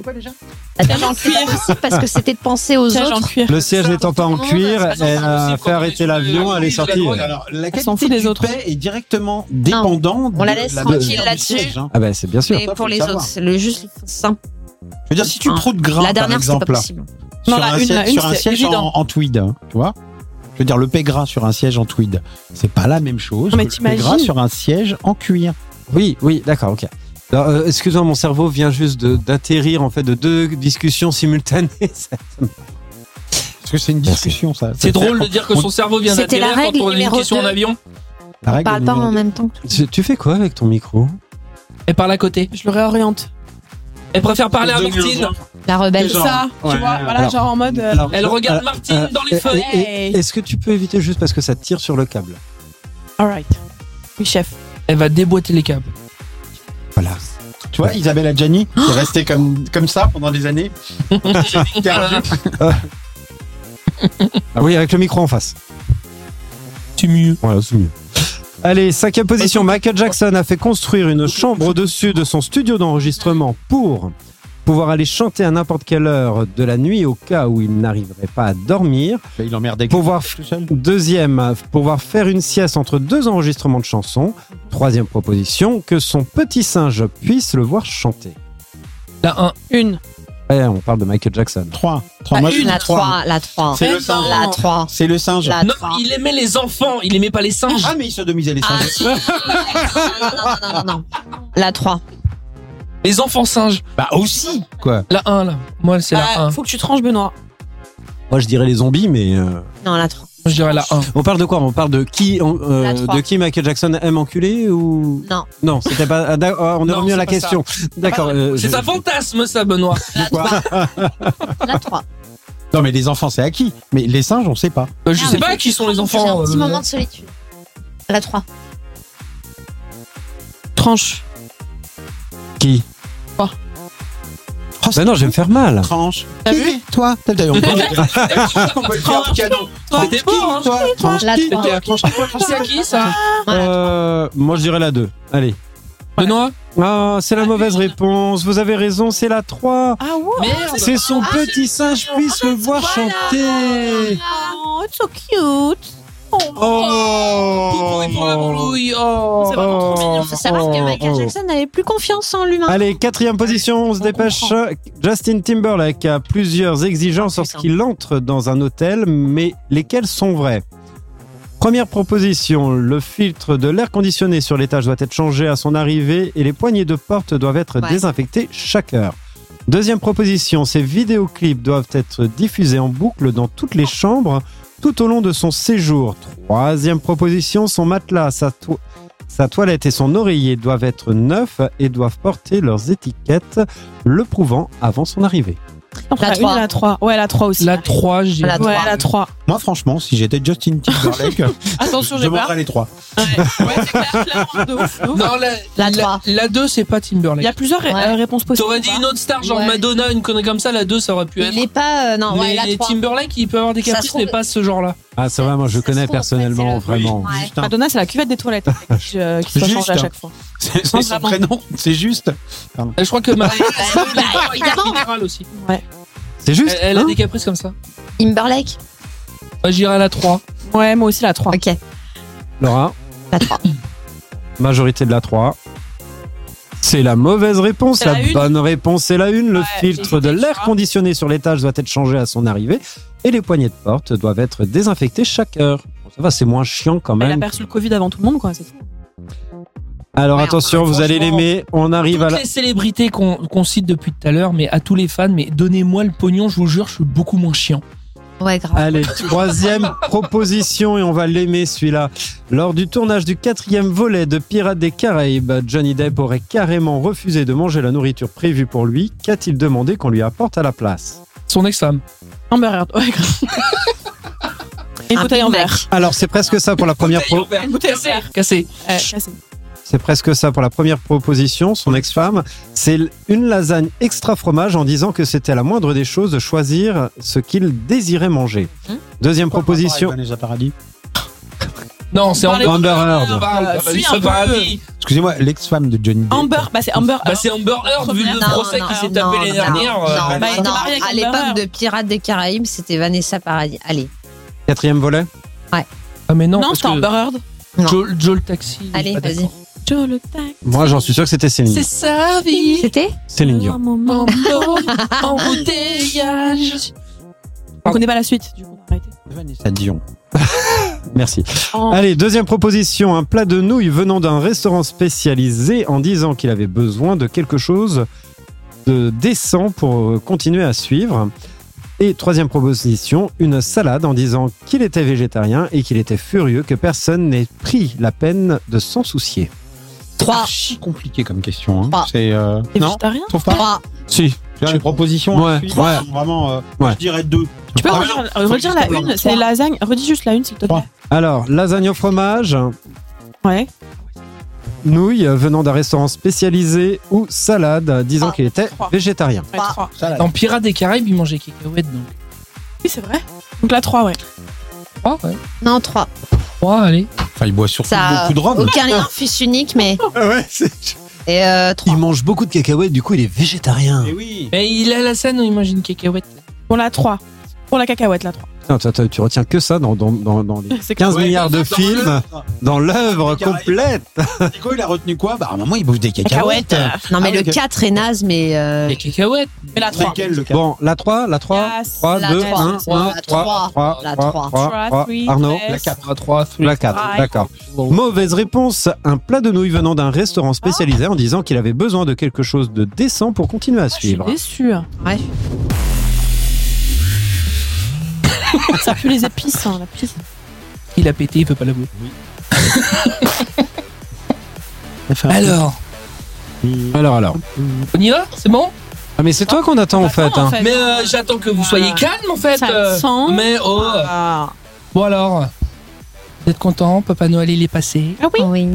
Attends, non, c'est pas possible parce que c'était de penser aux
Siège en
autres.
cuir.
Le siège n'étant pas en cuir,
Ah, ça, c'est
elle a
impossible,
fait
quand on
arrêter
est
l'avion,
sur
elle est
le- la
sortie.
drogue,
Alors, la
s'en
qualité
fout des
du
autres.
paix est directement dépendant
On la
de
laisse
de-
tranquille
du
là-dessus.
siège, hein.
Ah ben c'est bien sûr.
Mais
Ça, faut
pour
le
les
savoir.
autres, c'est le juste simple.
Je veux dire, si tu
Hein.
prends de gras,
La dernière, c'est
par
pas
exemple, là,
possible.
Non,
sur
la
un,
une,
siège,
la une,
sur un
c'est
siège
évident.
en, en tweed, hein, tu vois. Je veux dire, le Pégra sur un siège en tweed, c'est pas la même chose.
Mais
que le Pégra
t'imagines
sur un siège en cuir.
Oui, oui, d'accord, ok. Alors, euh, excuse-moi, mon cerveau vient juste de- d'atterrir en fait de deux discussions simultanées. (laughs) Parce
que c'est une discussion, ça.
C'est drôle de dire que son cerveau vient
C'était la
d'atterrir quand
règle
on a une
numéro
question en
deux.
avion.
On parle pas en même temps.
Tu fais quoi avec ton micro
Elle parle à côté.
Je le réoriente.
Elle préfère parler à
Donne-lui le
Martine.
genre. La rebelle.
Genre.
Ça, tu
Ouais.
vois, voilà,
Alors,
genre en mode. euh,
Alors,
Elle regarde
alors,
Martine
euh,
dans les
euh,
feuilles.
et- et- Est-ce que tu peux éviter juste parce que ça tire sur le câble
Alright. Oui, chef.
Elle va déboîter les câbles.
Tu vois, Isabelle Adjani, qui est restée comme, comme ça pendant
(laughs)
des années.
Ah oui, avec le micro en face.
Tu mieux.
Voilà, c'est mieux. Allez, cinquième position. Michael Jackson a fait construire une chambre au-dessus de son studio d'enregistrement pour pouvoir aller chanter à n'importe quelle heure de la nuit au cas où il n'arriverait pas à dormir.
Bah, Il emmerdait.
Pouvoir deuxième, pouvoir faire une sieste entre deux enregistrements de chansons. Troisième proposition, que son petit singe puisse le voir chanter.
La 1.
Une.
Ouais, on parle de Michael Jackson.
3.
Ah,
la 3, la 3.
C'est le singe.
La 3.
C'est le singe.
La
Non,
Ah, trois.
il aimait les enfants, il aimait pas les singes.
Ah, mais il sodomisait les
Ah, si. non, non, non, non, non. La 3.
Les enfants singes.
Bah aussi, quoi.
La 1, là. Moi, c'est la
Ah,
1.
faut que tu tranches, Benoît.
Moi, je dirais les zombies, mais. euh,
Non, la 3.
Je dirais la 1.
On parle de quoi On parle de qui, on- euh,
La trois.
de qui Michael Jackson aime enculer ou
Non.
Non, c'était pas. ah, d'ac- ah, on est
Non,
revenu à
c'est
la
pas
question. D'accord. euh,
C'est
je-
un fantasme, ça, Benoît.
La 3.
Non, mais les enfants, c'est acquis. Mais les singes, on sait pas.
Bah, je sais pas qui sont les
J'ai
enfants.
Ah, un petit
euh,
moment de solitude. La 3.
Tranche.
Qui
Quoi
Bah non, je vais me faire mal.
Tranche.
T'as vu
Toi,
(laughs)
t'as d'ailleurs. on peut- on peut le faire en cadeau.
C'était beau, hein.
Toi, tranche.
La
qui
3.
C'était à qui- C'est à qui, ça
Euh, moi, je dirais la 2. Allez.
Benoît
Ah, c'est la mauvaise réponse. Vous avez raison, c'est la 3.
Ah ouais.
Merde.
C'est son petit singe puisse le voir chanter.
Oh, it's so cute.
Oh,
Coucou et pour la branlouille. Oh.
Oh,
Faut savoir que
oh,
Michael
oh.
Jackson n'avait plus confiance en l'humain.
Allez, quatrième position, on se dépêche. Justin Timberlake a plusieurs exigences
Oh, putain.
lorsqu'il entre dans un hôtel, mais lesquelles sont vraies Première proposition, le filtre de l'air conditionné sur l'étage doit être changé à son arrivée et les poignées de porte doivent être
Ouais.
désinfectées chaque heure. Deuxième proposition, ces vidéoclips doivent être diffusés en boucle dans toutes les chambres tout au long de son séjour. Troisième proposition, son matelas, sa, to- sa toilette et son oreiller doivent être neufs et doivent porter leurs étiquettes le prouvant avant son arrivée.
La
La 3.
trois.
La 3. Ouais, la 3 aussi.
La 3, j'ai.
La
Ouais,
trois.
la 3.
Moi, franchement, si j'étais Justin Timberlake,
Attention,
je
j'ai peur.
demanderais les trois.
Ouais, ouais, c'est (laughs) clair, clairement, de ouf, de ouf.
Non, la,
La trois.
La 2, c'est pas
Il y a
Timberlake.
plusieurs
Ouais.
euh, réponses possibles.
T'aurais dit une autre star, genre
Ouais.
Madonna, une connerie comme ça, la 2, ça aurait pu être.
Il est pas. euh, non, ouais,
mais
la 3.
Timberlake, il peut avoir des
Ça se
caprices,
trouve-
mais pas ce genre-là.
Ah, c'est vrai, moi je
Ça se
connais
trouve, en fait,
personnellement,
c'est la-
vraiment.
Ouais.
Justin.
Madonna, c'est la cuvette des (laughs) toilettes qui, euh, qui se
Juste,
change à
hein.
chaque fois.
C'est
Non,
c'est son
vraiment.
prénom, c'est juste.
Je crois que (laughs) Marie.
bah, évidemment.
aussi.
C'est
Elle,
juste
elle a
hein
des caprices comme ça.
Timberlake.
Moi, j'irai à la 3.
Ouais, moi aussi la
Ah,
3.
Ok.
Laura,
La 3.
majorité de la 3. C'est la mauvaise réponse.
C'est
La,
la une.
bonne réponse, c'est la une. Le
Ouais,
filtre
j'ai
de
hésité, tu
l'air
vois.
conditionné sur l'étage doit être changé à son arrivée et les poignées de porte doivent être désinfectées chaque heure. Bon, ça va, c'est moins chiant quand
Elle a
même.
perçu le Covid avant tout le monde, quoi, c'est tout.
Alors
Ouais,
attention, vous allez
franchement,
l'aimer. On arrive à
Toutes
la.
les célébrités qu'on qu'on cite depuis tout à l'heure, mais à tous les fans, mais donnez-moi le pognon, je vous jure, je suis beaucoup moins chiant.
Ouais, grave.
Allez, troisième proposition et on va l'aimer celui-là. Lors du tournage du quatrième volet de Pirates des Caraïbes, Johnny Depp aurait carrément refusé de manger la nourriture prévue pour lui. Qu'a-t-il demandé qu'on lui apporte à la place
Son ex-femme.
Amber Heard, ouais, grave. Et une
Un
bouteille en
Big Mac.
verre.
Alors c'est presque ça pour la première pro-
Une bouteille en verre.
Cassé.
Ouais, cassé.
c'est presque ça pour la première proposition. Son ex-femme, c'est l- une lasagne extra fromage en disant que c'était la moindre des choses de choisir ce qu'il désirait manger. Deuxième proposition.
Vanessa Paradis.
Non, c'est Amber.
Amber Heard.
On parle,
Euh,
bah,
suis
je sais
un
pas,
peu.
oui.
Excusez-moi, l'ex-femme de Johnny. Depp.
Amber, bah c'est Amber
Bah,
Heard.
c'est Amber Heard, vu le
Non,
procès
non,
qui s'est
non,
tapé l'année
non,
dernière.
non,
euh,
bah, il
non,
était marié avec
à
Amber
l'époque
Heard.
de Pirates des Caraïbes, c'était Vanessa Paradis. Allez,
Quatrième volet.
Ah, mais non,
Non,
parce
c'était
que
Amber Heard.
Joel, Joel Taxi.
Allez,
Ah,
vas-y.
d'accord.
Joe le tac.
Moi, j'en suis sûr que c'était Céline.
C'est sa vie.
C'était
Céline Dion.
Un moment.
En bouteillage.
On connaît pas la suite, du coup. Arrêtez.
À Dion.
(laughs) Merci. Allez, deuxième proposition, un plat de nouilles venant d'un restaurant spécialisé en disant qu'il avait besoin de quelque chose de décent pour euh, continuer à suivre. Et troisième proposition, une salade en disant qu'il était végétarien et qu'il était furieux que personne n'ait pris la peine de s'en soucier.
Trois. Archi compliqué comme question. hein.
Trois.
C'est euh,
Et
non.
végétarien
Trouve pas. Si. Tu vois, les propositions.
Ouais.
à suivre
Ouais.
sont Vraiment. euh,
Ouais.
Je dirais deux.
Tu peux
Ah,
redire,
non, faut
redire la
juste
une,
prendre
c'est
trois.
lasagne. Redis juste la une, s'il te plaît.
Alors, lasagne au fromage,
Ouais.
nouilles venant d'un restaurant spécialisé ou salade disant qu'il était
Trois.
végétarien.
Ouais, trois.
Dans Pirates des Caraïbes, ils mangeaient cacahuètes, donc.
Oui, c'est vrai. Donc la 3, ouais.
3, ouais.
Non, 3.
3, allez.
Enfin, il boit surtout
Ça a
beaucoup de hein. rhum.
aucun lien, fils unique, mais.
Ah
ouais, c'est.
Et euh, 3.
Il mange beaucoup de cacahuètes, du coup il est végétarien.
Eh oui.
Mais il a la scène où il mange une cacahuète.
Pour la 3. Pour la cacahuète, la 3.
Putain, toi, toi, tu retiens que ça dans, dans, dans- dans les
(laughs) C'est
15
Ouais,
milliards de
dans
films,
l'œuvre.
dans l'œuvre
Caraïbes.
complète.
C'est quoi, il a retenu quoi Bah, à un moment, il bouffe des
Cacahuètes.
cacahuètes.
euh,
Non, mais
Ah,
le
ok.
4 est naze, mais. euh,
Les cacahuètes.
Mais la 3.
Lesquels, le cas
Bon, la 3, la 3,
Yes,
3,
la
2,
trois,
1,
trois,
1,
la
3, 3,
la
3,
trois.
3,
Trois, three,
Arnaud,
yes.
La 4, 3,
la 4,
Five.
d'accord. Mauvaise réponse, un plat de nouilles venant d'un restaurant spécialisé en disant qu'il avait besoin de quelque chose de décent pour continuer à
Ah. Je suis
suivre.
déçue.
Ouais.
Ça pue les épices, hein, la pisse.
Il a pété, il peut pas l'avouer.
Ah,
Alors,
Alors, alors.
on y va C'est bon
Ah, mais c'est toi qu'on attend en fait.
Attends,
hein.
Mais euh, j'attends que vous soyez calme en fait.
Ça
euh.
sent.
Mais oh.
Ah.
Bon alors, vous êtes content Papa Noël il est passé.
Ah oui.
Oui.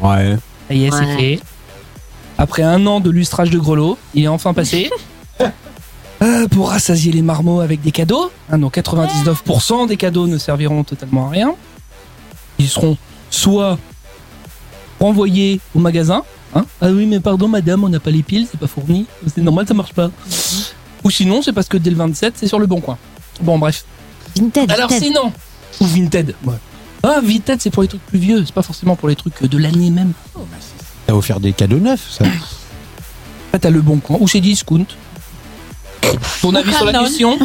Ouais.
Ça y est, c'est
Ouais.
fait. Après un an de lustrage de grelots, il est
(laughs)
enfin passé. Euh, pour rassasier les marmots avec des cadeaux, hein, donc 99% des cadeaux ne serviront totalement à rien. Ils seront soit renvoyés au magasin. hein. ah oui, mais pardon, madame, on n'a pas les piles, c'est pas fourni. C'est normal, ça marche pas. Mm-hmm. Ou sinon, c'est parce que dès le 27, c'est sur le bon coin. Bon, bref.
Vinted.
Alors
Vinted.
sinon, ou Vinted. ouais. Ah, Vinted, c'est pour les trucs plus vieux, c'est pas forcément pour les trucs de l'année même.
T'as offert des cadeaux neufs, ça.
Après, Ah, t'as le bon coin, ou chez Discount. Ton avis sur la
Canon.
question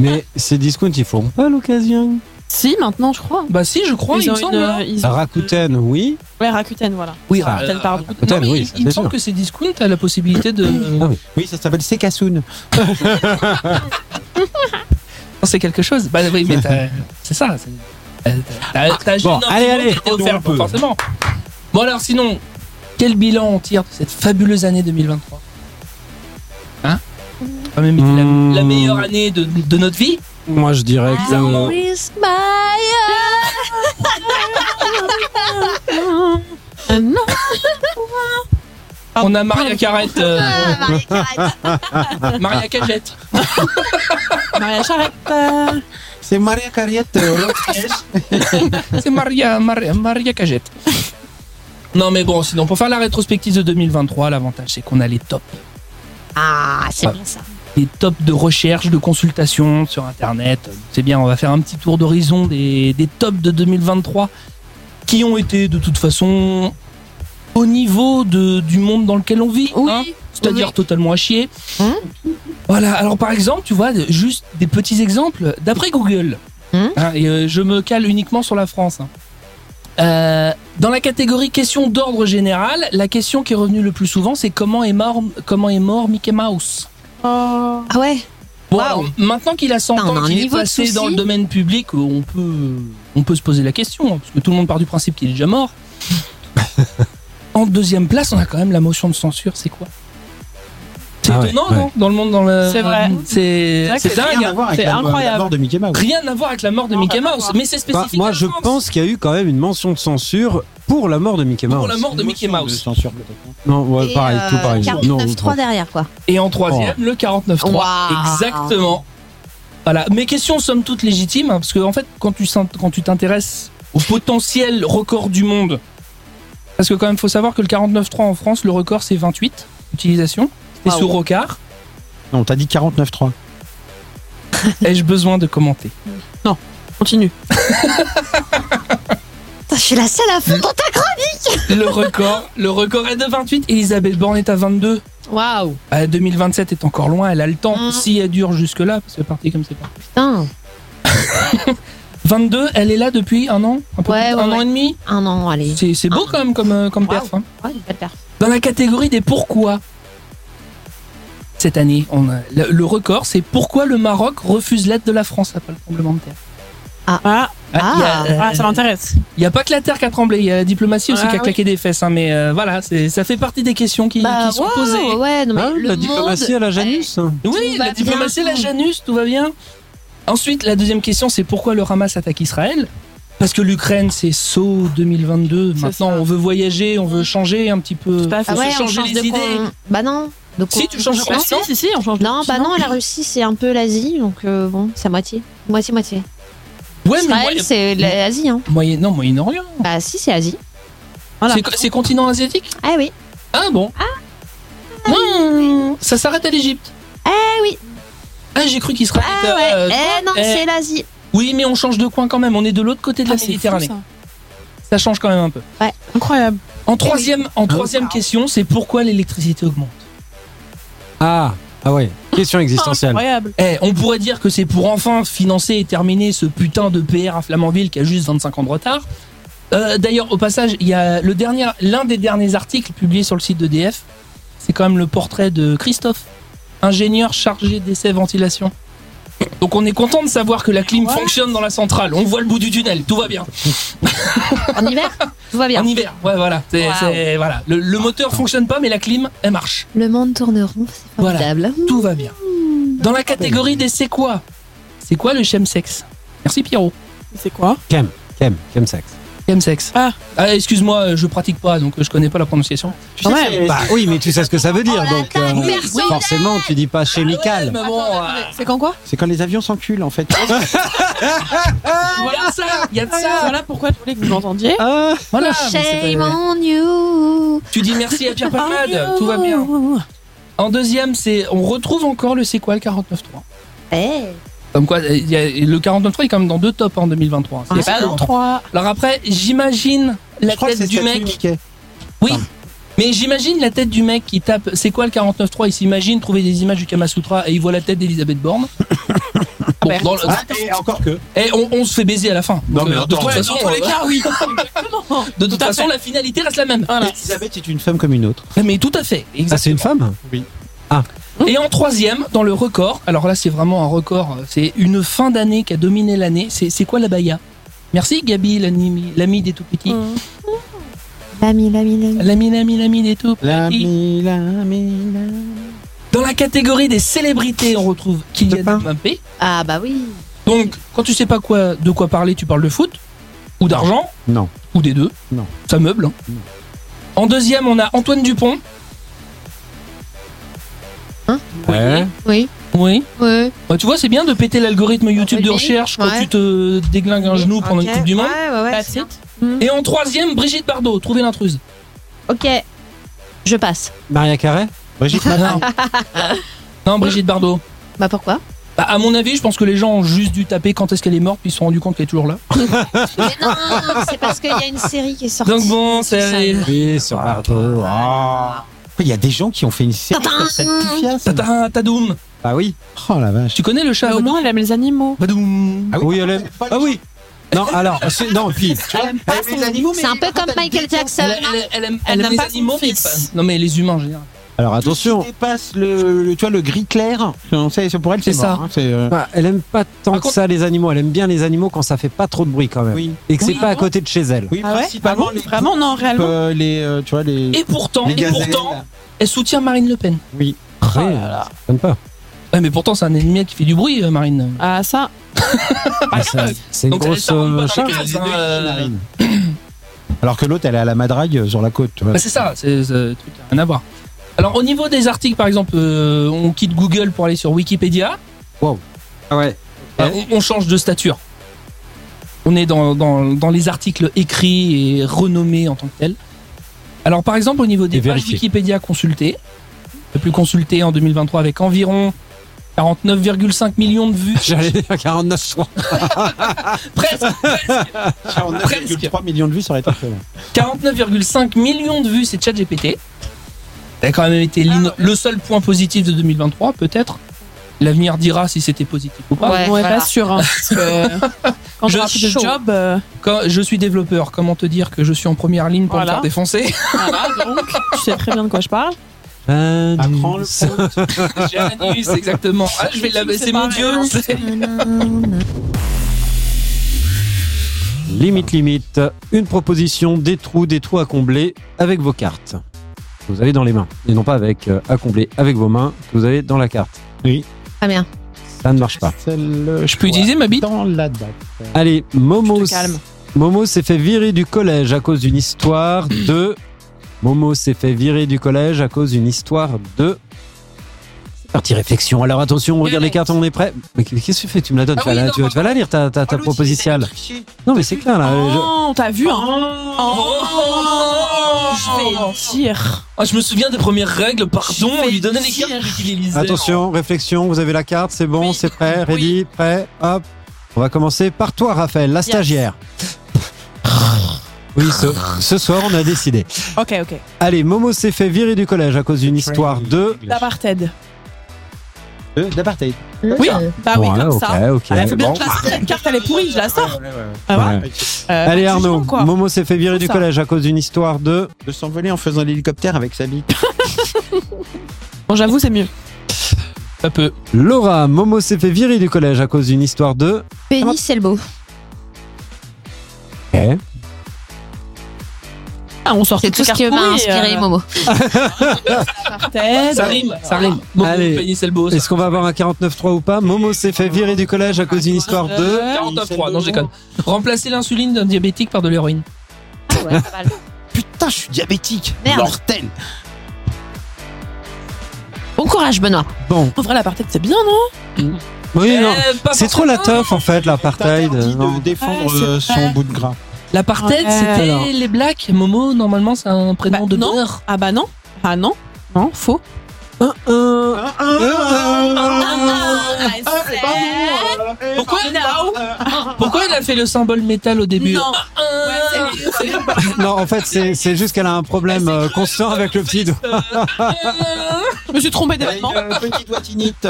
Mais ces discounts, ils font pas l'occasion.
Si, maintenant, je crois.
Bah si, je crois, il me semble. hein.
ils ont- euh,
Rakuten, oui.
Ouais, Rakuten, voilà.
Oui,
Ah,
Rakuten,
euh,
Rakuten,
Non, mais
oui,
il-
ça,
il me
c'est
semble
sûr.
que c'est Discount a la possibilité de...
Ah oui.
Oui, ça s'appelle Sekasun.
penser quelque chose. Bah oui, mais t'as- c'est ça. c'est- euh, T'as t'as-
Ah, Bon,
t'as-
allez,
t'as-
allez,
t'as
aidons
offert,
un peu.
forcément. Bon alors sinon, quel bilan on tire de cette fabuleuse année 2023 Hein Quand même été la-
Mmh.
la, meilleure année de, de notre vie.
Moi, je dirais
Ah,
que.
With my-
Euh, non. Ah,
On a Maria Carrette,
(laughs)
euh, Maria Cagette.
Maria Charette. euh,
C'est Maria euh, Cariette.
C'est Maria, Maria, Maria Cagette. Non mais bon, sinon pour faire la rétrospective de 2023, l'avantage c'est qu'on a les tops.
Ah, c'est bien ça.
des tops de recherche, de consultation sur Internet. C'est bien, on va faire un petit tour d'horizon des, des tops de 2023 qui ont été de toute façon au niveau de, du monde dans lequel on vit.
Oui,
hein. C'est-à-dire
oui.
totalement à chier.
Hein
voilà, alors par exemple, tu vois, de- juste des petits exemples. D'après Google,
Hein
hein, et, euh, je me cale uniquement sur la France. hein. Euh, dans la catégorie questions d'ordre général, la question qui est revenue le plus souvent, c'est comment est mort, comment est mort Mickey Mouse
oh.
Ah ouais
Bon,
Waouh.
alors, maintenant qu'il a 100
Putain, on a
ans,
un
qu'il est
niveau de
passé
souci.
dans le domaine public, euh, on peut, on peut se poser la question, hein, parce que tout le monde part du principe qu'il est déjà mort. en deuxième place, on a quand même la motion de censure, c'est quoi C'est
Ah ouais,
étonnant,
ouais.
non Dans le monde, dans le.
C'est vrai.
C'est
vrai que
c'est dingue.
Rien à
hein.
voir avec
C'est
la,
incroyable.
la mort de Mickey Mouse.
Rien à voir avec la mort de
Non,
Mickey
rien à
Mouse,
voir.
mais c'est
Bah,
spécifique. à
moi,
la
je
France.
pense qu'il y a eu quand même une mention de censure pour la mort de Mickey Mouse.
Pour la mort de Mickey Mouse.
Censure, peut-être. hein.
Non, ouais,
Et,
pareil,
euh,
tout pareil. Non,
49-3 derrière, quoi.
Et en troisième,
Oh.
le 49.3.
Oh, Ah.
Waouh.
Exactement. Voilà. Mes questions sommes toutes légitimes, hein, parce que en fait, quand tu s'int- quand tu t'intéresses au potentiel record du monde, parce que quand même, faut savoir que le 49.3 en France, le record c'est 28 utilisations. C'était
Waouh.
sous Rocard.
Non, t'as dit 49.3.
Ai-je besoin de commenter
Continue.
Putain, je suis la seule à fond dans ta
Le record, le record est de 28. Elisabeth Borne est à 22.
Waouh
Bah, 2027 est encore loin, elle a le temps.
Mm.
Si elle dure jusque-là, parce que partie comme c'est parti.
Putain
22, elle est là depuis un an un, peu
Ouais,
plus-
ouais, Ah.
un an
ouais.
et demi
Un an, allez.
C'est c'est beau quand même comme, euh, comme perf. hein.
Ouais, une belle perf.
Dans la catégorie des pourquoi, cette année, on a- le, le record, c'est pourquoi le Maroc refuse l'aide de la France après le tremblement de terre.
Ah,
Ah, il y a, euh,
Ah, ça m'intéresse.
Il n'y a pas que la terre qui a tremblé, il y a la diplomatie aussi
Ah,
qui a
oui.
claqué des fesses. hein, mais euh, voilà, c'est- ça fait partie des questions qui,
Bah,
qui sont
waouh,
posées.
ouais, non, mais
Hein,
le
la diplomatie
monde-
à la Janus hein.
Oui,
Tout va
la diplomatie,
bien.
la Janus, tout va bien. Ensuite, la deuxième question, c'est pourquoi le Hamas attaque Israël Parce que l'Ukraine, c'est saut 2022. Maintenant, on veut voyager, on veut changer un petit peu.
à fait.
On
Ah
veut
ouais,
se
on
changer
change
les
de
idées.
con-
Bah non. Donc
Si,
on-
tu changes de
Ah,
continent.
Si, si, on change de
Non, bah
continent.
non, la Russie, c'est un peu l'Asie, donc euh, bon, c'est à moitié. Moitié-moitié.
Ouais, mais
Israël,
moyen-
c'est l'Asie, hein.
moyen, non, Moyen-Orient.
Bah si, c'est Asie.
Voilà.
C'est- C'est continent asiatique
Ah oui.
Ah bon Mmh, Ça s'arrête à l'Égypte.
Eh oui.
Ah, j'ai cru qu'Israël.
Ah
était,
ouais.
euh,
eh non,
eh.
c'est l'Asie.
Oui, mais on change de coin quand même. On est de l'autre côté de la
Ah, c'est fou,
Méditerranée.
ça.
Ça change quand même un peu.
Incroyable.
En troisième, en troisième question, c'est pourquoi l'électricité augmente.
Ah, ah ouais, question existentielle.
Incroyable.
Eh, on pourrait dire que c'est pour enfin financer et terminer ce putain de PR à Flamanville qui a juste 25 ans de retard. Euh, D'ailleurs, au passage, il y a le dernier, l'un des derniers articles publiés sur le site d'EDF. C'est quand même le portrait de Christophe, ingénieur chargé d'essais ventilation. Donc on est content de savoir que la clim fonctionne dans la centrale. On voit le bout du tunnel, tout va bien.
En
(laughs)
hiver, tout va bien.
En hiver, ouais, voilà. C'est-
Wow.
c'est- voilà. Le, le moteur fonctionne pas, mais la clim, elle marche.
Le monde tourne rond, c'est
Voilà.
formidable.
Tout va bien. Dans la catégorie des c'est quoi C'est quoi le chemsex Merci Pierrot.
C'est quoi
Chem, Chem, Chem sexe.
Chemsex.
Ah.
Ah, excuse-moi, euh, je pratique pas, donc euh, je connais pas la prononciation.
Tu sais, c'est- bah oui, mais tu sais ce que ça veut dire, donc euh,
personnelle
forcément tu dis pas chemical.
Mais bon, euh,
C'est quand quoi
C'est quand les avions s'enculent en fait.
voilà ça, il y a de
Ah,
ça.
Voilà pourquoi je voulais que vous l'entendiez.
Ah,
Voilà. mais c'est
Shame
pas-
on you.
Tu dis merci à Pierre Palmade, tout va bien.
Ah,
En deuxième, c'est on retrouve encore le c'est quoi le 49.3.
Eh.
Comme quoi, euh, il y a- le 49.3 est quand même dans deux tops en 2023. Ah, C'est pas dans-
3.
Alors après, j'imagine la
Je crois que
tête
c'est
du
statut
mec.
Mickey.
Oui. Mais j'imagine la tête du mec qui tape c'est quoi le 49.3 Il s'imagine trouver des images du Kama Sutra et il voit la tête d'Elisabeth (coughs) Borne. bon, dans le-
Ah, et encore que.
et Eh, on, on se fait baiser à la fin.
Non,
Donc,
mais
euh, de
attends,
toute
de
façon, euh,
oui.
de toute façon, la finalité reste la même.
Ah.
Elisabeth est une femme comme une autre.
Mais tout à fait.
Ah, c'est une femme
Et en troisième, dans le record, alors là c'est vraiment un record, euh, c'est une fin d'année qui a dominé l'année, c'est c'est quoi la baya Merci Gabi, l'ami l'ami des tout petits.
L'ami, l'ami, l'ami.
L'ami, l'ami, l'ami des tout petits.
L'ami, l'ami, l'ami.
Dans la catégorie des célébrités, on retrouve Kylian Mbappé.
Ah bah oui.
Donc, quand tu sais pas quoi, de quoi parler, tu parles de foot ou d'argent
Non.
ou des deux.
Non.
Ça meuble. hein.
Non.
En deuxième, on a Antoine Dupont.
Ouais.
Oui.
Oui.
Ouais.
Bah, tu vois, c'est bien de péter l'algorithme YouTube de
oui,
recherche quand
ouais.
tu te déglingues un genou pendant une
Ok.
Coupe du Monde.
Ouais, ouais, ouais. c'est
Patrick.
Et en troisième, Brigitte Bardot, trouver l'intruse.
bien. Ok. Je passe.
Maria Carré
Brigitte
Bah, Non. non, Brigitte Bardot.
Bah pourquoi
Bah, à mon avis, je pense que les gens ont juste dû taper quand est-ce qu'elle est morte, puis ils se sont rendus compte qu'elle est toujours là.
(laughs) Mais non, c'est parce qu'il y a une série qui est sortie.
Donc bon, c'est.
Oui, sur Arto.
hein. Il y a des gens qui ont fait une série comme cette pifiasse.
Tadam, Tadoum.
Ah oui
Oh la vache.
Tu connais le chat
Bah, Au moins, elle aime les animaux.
Badoum.
Ah
Oui, elle aime. Ah oui Non, alors, c'est- non, puis.
C'est un peu comme Michael Jackson.
Elle, elle- elle aime, elle aime
n'aime
les
pas son
animaux, mais pas.
fils.
Non, mais les humains en général.
Alors
attention.
attention. dépasse le, le- tu vois, le gris clair. on sait, c'est pour elle, c'est
C'est ça.
mort, hein, c'est, euh,
Bah, elle aime pas tant
Par
que
contre-
ça les animaux. Elle aime bien les animaux quand ça fait pas trop de bruit quand même.
Oui.
Et que c'est
Oui,
pas à
bon.
côté de chez elle.
Oui,
Ah ouais
principalement les
Vraiment, non,
poulpes,
réellement.
euh, les, euh, tu vois, les.
Et pourtant,
les
et
gazelles.
pourtant, elle soutient Marine Le Pen.
Oui.
Oh
Après, ça donne pas.
Ah, Ouais, mais pourtant, c'est un ennemi qui fait du bruit, euh, Marine.
Ah, ça.
Ah, ça- c'est une
Donc, ça-
grosse
ça rentre
euh,
pas dans
charge.
les cases, hein,
Marine.
euh,
Alors que l'autre, elle est à la madrague euh, sur la côte. Tu vois.
Bah, c'est ça, c'est ce truc qui a rien à voir. Alors, au niveau des articles, par exemple, euh, on quitte Google pour aller sur Wikipédia.
Ah
(laughs)
ouais.
Bah, on, on change de stature. On est dans, dans- dans les articles écrits et renommés en tant que tels. Alors, par exemple, au niveau des
Et
pages
vérifiés.
Wikipédia consultées, le plus consulté en 2023 avec environ 49,5 millions de
(laughs)
vues.
J'allais dire 49 soirs.
Presque
Ah, On a 3 millions de vues sur les
49,5 millions de vues, c'est ChatGPT. Ça a quand même été l'ino- le seul point positif de 2023, peut-être. L'avenir dira si c'était positif ou pas.
Ouais, Ouais, voilà. pas sûr, hein, parce (laughs) que quand
je
t'auras plus de
chaud.
job, euh,
Quand je suis développeur, comment te dire que je suis en première ligne pour
Voilà.
me faire défoncer
Voilà, donc, tu sais très bien de quoi je parle.
Ah,
Apprends le (laughs) J'ai (laughs) un anus, exactement. Ah, je vais la c'est hein. mon dieu. c'est-
Limite, limite. Une proposition, des trous, des trous à combler avec vos cartes. Que vous avez dans les mains. Et non pas avec euh, à combler avec vos mains que vous avez dans la carte. Oui.
Très bien.
Ça ne marche pas.
Je peux utiliser ma bite
Dans la date.
Allez, Momo.
te calmes.
Momo s'est fait virer du collège à cause d'une histoire de. Momo s'est fait virer du collège à cause d'une histoire de. C'est parti réflexion. Alors attention, on regarde les cartes, on est prêt. Mais qu'est-ce que tu fais Tu me la donnes
Ah
tu, vas
oui,
la-
non,
tu vas- tu vas la lire ta, ta, ta proposition. Non, mais c'est clair là. Ah, je-
Oh, on t'a vu, hein
Oh.
Oh, Je vais le dire.
Ah, je me souviens des premières règles, pardon, on lui donnait les cartes qu'il les lisait.
Attention, réflexion, vous avez la carte, c'est bon, c'est prêt, ready, prêt, hop. On va commencer par toi, Raphaël, la stagiaire. Oui, ce, ce soir, on a décidé.
Ok, ok.
Allez, Momo s'est fait virer du collège à cause d'une histoire de.
D'apartheid.
Euh,
D'apartheid.
Oui,
Euh,
bah oui,
Ouais,
comme
ok,
ça.
ok.
Elle a fait bien
Bon.
de la la carte, elle est pourrie, je la sors.
Ouais.
Ah ouais Euh,
Allez,
tu
Arnaud,
joues, quoi.
Momo s'est fait virer du
ça.
collège à cause d'une histoire de.
De s'envoler en faisant l'hélicoptère avec sa bite.
Bon, j'avoue, c'est mieux.
Ça peut.
Laura, Momo s'est fait virer du collège à cause d'une histoire de.
Pénis, c'est le beau.
Ok.
Ah, on sort
C'est
toutes
tout
ces
ce qui
cartes
m'a
pourries,
inspiré,
euh.
Momo.
D'apartheid.
Ça rime, ça rime. Momo,
Allez,
Penny Selbo, ça.
est-ce qu'on va avoir un 49-3 ou pas Momo s'est fait virer du collège à cause d'une histoire de.
49.3, non, je déconne. Remplacer l'insuline d'un diabétique par de l'héroïne.
Putain, je suis diabétique.
Merde.
Mortel.
Bon courage, Benoît.
Bon.
En vrai, l'apartheid, c'est bien, non
Euh,
Oui,
Eh,
non.
pas
C'est trop la teuf en fait, l'apartheid. Non.
défendre
Ouais, c'est
euh, son
vrai.
bout de gras.
L'apartheid,
Ouais.
c'était
Alors.
les blacks. Momo, normalement, c'est un prénom de
non.
bonheur.
Ah bah non. Ah non. Non, faux.
Euh,
Pourquoi, pourquoi elle a fait le symbole métal au début
Non.
Non, en fait, c'est c'est juste qu'elle a un problème euh, constant avec le petit doigt.
Je me suis trompé d'événement.
euh, Petite doitinite.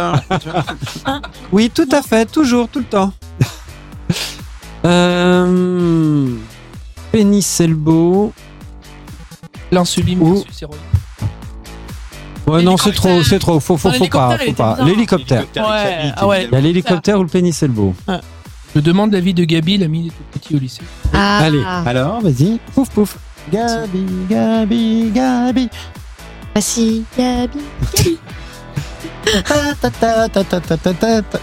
Oui, tout à fait, toujours, tout le temps. (laughs) Euh, pénis elbow.
L'insuline
Ou-
versus l'héroïne.
Ouais, non, c'est trop, c'est trop. Faut, faut,
Non,
faut pas,
l'hélicoptère, il
faut
était
pas.
bizarre.
L'hélicoptère.
Ouais, ah ouais.
Il y a l'hélicoptère ou le pénis elbow.
Je demande l'avis de Gabi, l'ami des tout petits au lycée.
Ah,
Allez.
bah,
Alors, vas-y.
Pouf, pouf.
Gabi, Gabi, Gabi.
Voici Gabi.
(laughs)
Ta, ta, ta, ta, ta, ta, ta, ta, ta.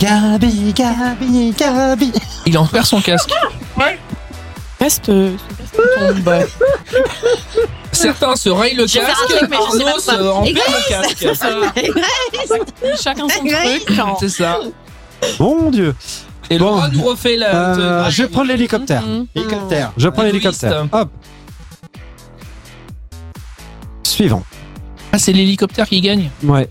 Gabi, Gabi, Gabi.
Il en perd son casque.
Reste. euh, ce casque tombe.
Certains se rayent le
Je vais faire un
casque,
truc, mais je sais
Arnaud
même
se
pas.
en perd
Égrèce.
le
(laughs)
casque.
Chacun son truc. hein.
C'est ça.
Mon dieu.
Et
Bon.
Laura nous refait la.
Euh,
te-
je vais prendre l'hélicoptère.
Mmh.
Hélicoptère.
Je prends
Un
l'hélicoptère.
touriste.
Hop. Suivant.
Ah, c'est l'hélicoptère qui gagne.
Ouais.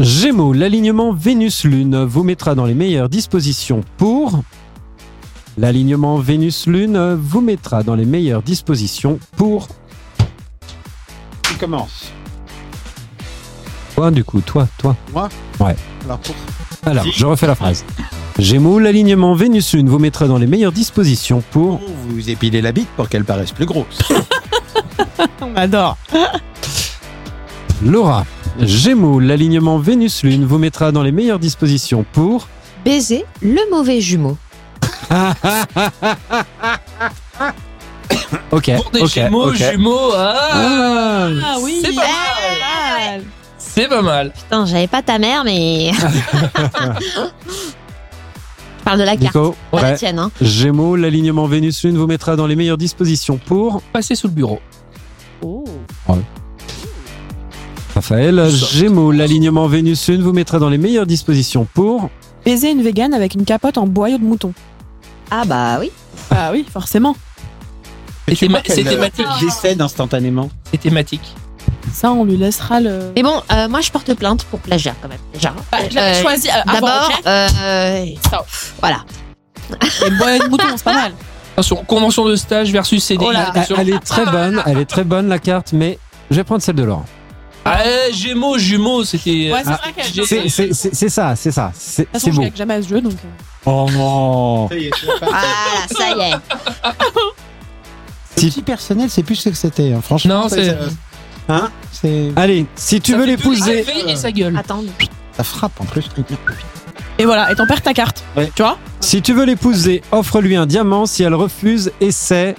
Gémeaux, l'alignement Vénus-Lune vous mettra dans les meilleures dispositions pour. L'alignement Vénus-Lune vous mettra dans les meilleures dispositions pour.
Tu commences.
Toi, du coup, toi, toi.
Moi
Ouais.
Alors, pour
Alors, je refais la phrase. Gémeaux, l'alignement Vénus-Lune vous mettra dans les meilleures dispositions pour.
vous épiler la bite pour qu'elle paraisse plus
(laughs)
grosse.
On adore.
Laura, Gémeaux, l'alignement Vénus-Lune vous mettra dans les meilleures dispositions pour.
Baiser le mauvais jumeau.
Ok,
Pour des
ok,
jumeaux,
ok.
jumeaux. Ah,
Ah,
Ah oui.
C'est pas
mal.
c'est pas mal.
Ah, Putain, j'avais pas ta mère,
(laughs)
mais. Je parle de la carte.
Nico,
Pas la
ouais.
tienne, hein.
Gémeaux, l'alignement Vénus-Lune vous mettra dans les meilleures dispositions pour.
Passer sous le bureau.
Oh.
Raphaël, Gémeaux, l'alignement Vénus-Lune vous mettra dans les meilleures dispositions pour.
Baiser une végane avec une capote en boyau de mouton.
Ah bah oui.
Ah oui, forcément.
C'est théma- c'est thématique.
thématique. euh, décède instantanément.
C'est thématique.
Ça, on lui laissera le.
Mais bon, euh, moi je porte plainte pour plagiat quand même. Déjà.
Bah, je l'avais
Euh,
choisi euh, avant,
D'abord,
ok
euh, voilà.
Et boyau de mouton, c'est pas mal.
Attention, convention de stage versus CDI.
Oh là.
Attention. (laughs)
Elle est très bonne, elle est très bonne la carte, mais Je vais prendre celle de Laurent.
Ah, eh, Gémeaux, jumeaux, c'était.
(laughs) Ouais, c'est
Ah,
vrai qu'elle-
j'ai- Ah,
C'est- C'est c'est- c'est ça, c'est ça. C'est
toute façon,
c'est
je
beau.
gagne jamais à ce jeu, donc. euh,
Oh non
Ah, ça y est.
Le petit personnel, c'est plus ce que c'était. hein. Franchement,
Non,
ça,
c'est-
ça-
Hein
c'est-
Allez, si tu veux
fait plus
l'épouser.
rêver et sa gueule.
Attends.
ça frappe en plus.
Et voilà, et t'en perds ta carte.
Ouais.
Tu vois
Si tu veux l'épouser, offre-lui un diamant. Si elle refuse, essaie.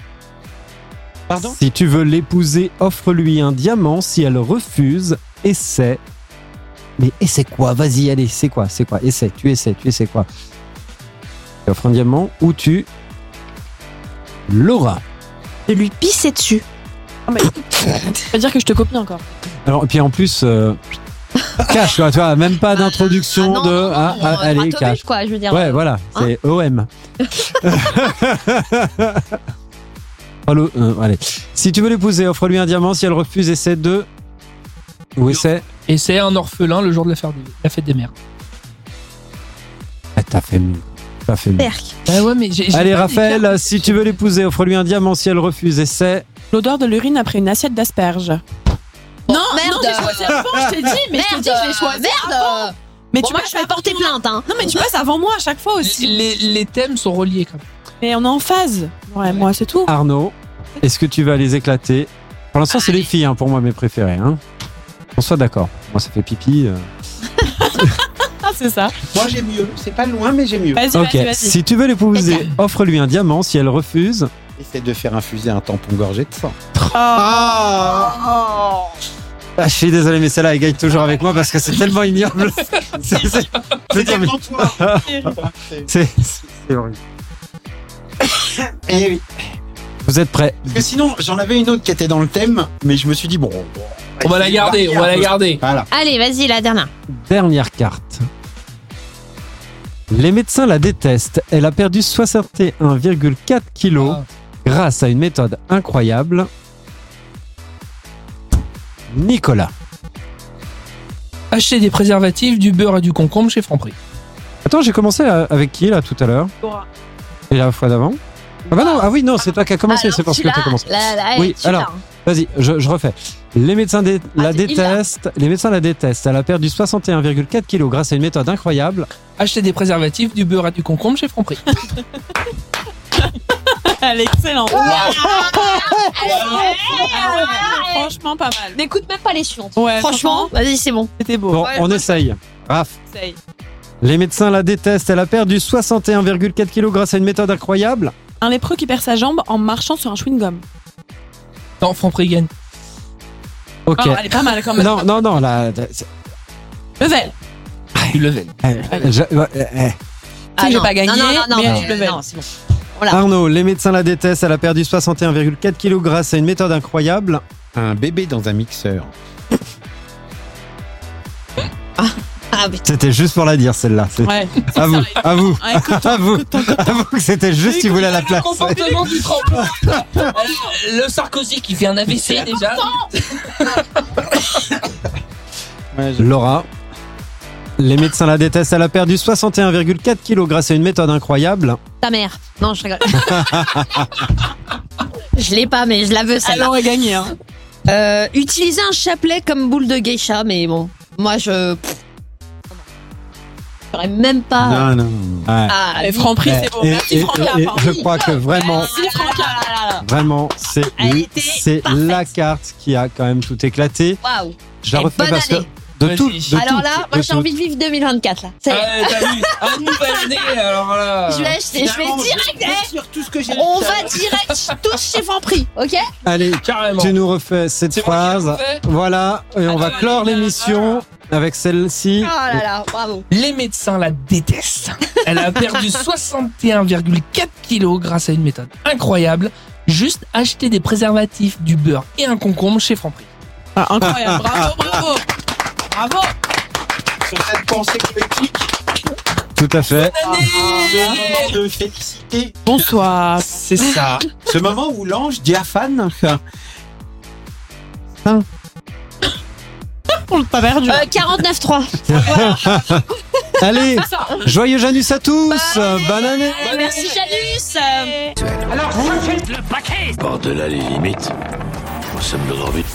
Pardon
Si tu veux l'épouser, offre-lui un diamant. Si elle refuse, essaie. Mais essaie quoi Vas-y, allez, c'est quoi C'est quoi Essaie, tu essaies, tu essaies quoi Tu offres un diamant ou tu. Laura.
De lui pisser dessus.
Ça veut dire que je te copie encore.
Alors, et puis en plus. euh, (laughs) Cash, quoi, tu vois, même pas d'introduction
ah non,
de.
non,
ah,
non,
ah,
euh,
allez,
gratte au
cash.
but, quoi, je veux dire.
Ouais, voilà,
Hein
c'est E OM. Allô, euh, allez. Si tu veux l'épouser, offre-lui un diamant. Si elle refuse, essaie de. Ou essaie.
Ah, Et c'est un orphelin le jour de la fête des, la fête des mères.
Ah, t'as fait mieux. T'as fait mieux.
Perc.
Ah ouais, mais j'ai- j'ai
Allez,
pas des cartes.
Raphaël, si tu veux l'épouser, offre-lui un diamant. Si elle refuse, essaie.
L'odeur de l'urine après une assiette d'asperges. non,
merde.
non, j'ai choisi avant, je t'ai dit, mais je t'ai
Merde,
dit, je l'ai choisi. euh.
merde
Mais
Bon,
tu
moi,
passes
je vais
avant
porter
moi.
plainte, hein.
Non, mais tu passes avant moi à chaque fois aussi.
Les, les thèmes sont reliés quand même.
Mais on est en phase. Ouais, moi, c'est tout.
Arnaud, est-ce que tu vas les éclater Pour l'instant, c'est les filles, hein, pour moi, mes préférées. Hein. On soit d'accord. Moi, ça fait pipi. euh.
Ah, c'est ça.
Moi, j'ai mieux. C'est pas loin, mais j'ai mieux.
Vas-y,
Ok,
vas-y, (laughs) vas-y.
si tu veux l'épouser, offre-lui un diamant. Si elle refuse,
Essaie de faire infuser un tampon gorgé de sang.
Oh.
Ah, je suis désolé, mais celle-là, elle gagne toujours avec moi parce que c'est tellement ignoble. C'est- c'est- je veux dire, mais- Ah, c'est c'est horrible.
Eh oui.
Vous êtes prêts
Parce que sinon, j'en avais une autre qui était dans le thème, mais je me suis dit, bon. bon,
On va la garder, on va la garder.
Voilà.
Allez, vas-y, la dernière.
Dernière carte. Les médecins la détestent. Elle a perdu 61,4 kilos
Ah.
grâce à une méthode incroyable. Nicolas.
Acheter des préservatifs, du beurre et du concombre chez Franprix.
Attends, j'ai commencé là, avec qui là tout à l'heure
Laura.
Et la fois d'avant ah, bah non, ah oui, non, c'est toi qui as commencé, c'est parce que tu as commencé. Oui, alors,
hein.
Vas-y, je, je refais. Les médecins dé-
Ah,
la
il l'a.
détestent. Les médecins la détestent. Elle a perdu 61,4 kilos grâce à une méthode incroyable.
Acheter des préservatifs, du beurre et du concombre chez Franprix.
Elle est excellente. Ah Franchement, pas mal.
N'écoute même pas les chiantes.
Ouais,
Franchement, vas-y, c'est bon.
c'était beau.
Bon, on essaye. Raph.
Essaye.
Les médecins la détestent. Elle a perdu 61,4 kilos grâce à une méthode incroyable.
Un lépreux qui perd sa jambe en marchant sur un chewing-gum.
Non, Franprix gagne.
Ok.
Ah, elle est pas mal quand même.
non, non, non, là. c'est-
Level.
Du level.
eh, je- eh, eh.
Tu sais, j'ai pas gagné,
Ah Non, non, non,
mais
non,
je le vais.
non, c'est bon.
Arnaud, les médecins la détestent. Elle a perdu 61,4 kilos grâce à une méthode incroyable.
Un bébé dans un mixeur.
Ah, mais
C'était juste pour la dire, celle-là. C'est-
Ouais.
À vous, à vous,
Ouais,
(laughs)
écoute,
à vous, à vous que c'était juste si vous voulez la
Le
placer.
comportement du tremplin. Le Sarkozy qui fait un AVC déjà.
Laura. Les médecins la détestent. Elle a perdu 61,4 kilos grâce à une méthode incroyable.
ta mère. Non, je rigole.
(laughs)
je l'ai pas, mais je la veux,
elle
celle-là.
aurait gagné. Hein.
Euh, utiliser un chapelet comme boule de geisha, mais bon, moi, je. pff, J'aurais même pas.
Non, non.
Ah,
Et Franprix,
Ouais.
c'est beau.
Et- et-
Merci Franca.
et- et
pardon.
je crois que vraiment,
Merci Franca.
vraiment, c'est
Elle était
c'est la carte qui a quand même tout éclaté.
waouh.
Je la
Et
refais
bonne
parce que
année.
de
Vas-y.
tout. de
Alors
tout,
là,
de
moi, j'ai
tout.
envie de vivre 2024, là. Ça y est.
Ouais, Ah, t'as vu Un nouvel année, alors là.
Je vais acheter, je vais direct. eh, on va direct tous chez Franprix, ok
Allez,
Carrément.
tu nous refais cette
C'est moi qui l'ai
phrase.
refait.
Voilà, et on
Attends,
va
allez,
clore
là, là.
l'émission avec celle-ci.
Oh là là, bravo.
Les médecins la détestent. Elle a perdu 61,4 kilos grâce à une méthode incroyable. Juste acheter des préservatifs, du beurre et un concombre chez Franprix.
Ah, incroyable. Bravo, bravo. Bravo.
Sur cette pensée collective,
Tout à fait.
ce moment de félicité,
Bonsoir.
C'est ça.
ce moment où l'ange diaphane.
euh,
On l'a pas perdu.
Euh, 49-3.
Allez, joyeux Janus à tous. Bonne année.
Merci Janus. Euh,
Alors, ça fait le paquet Par-delà les limites, nous sommes de grand but.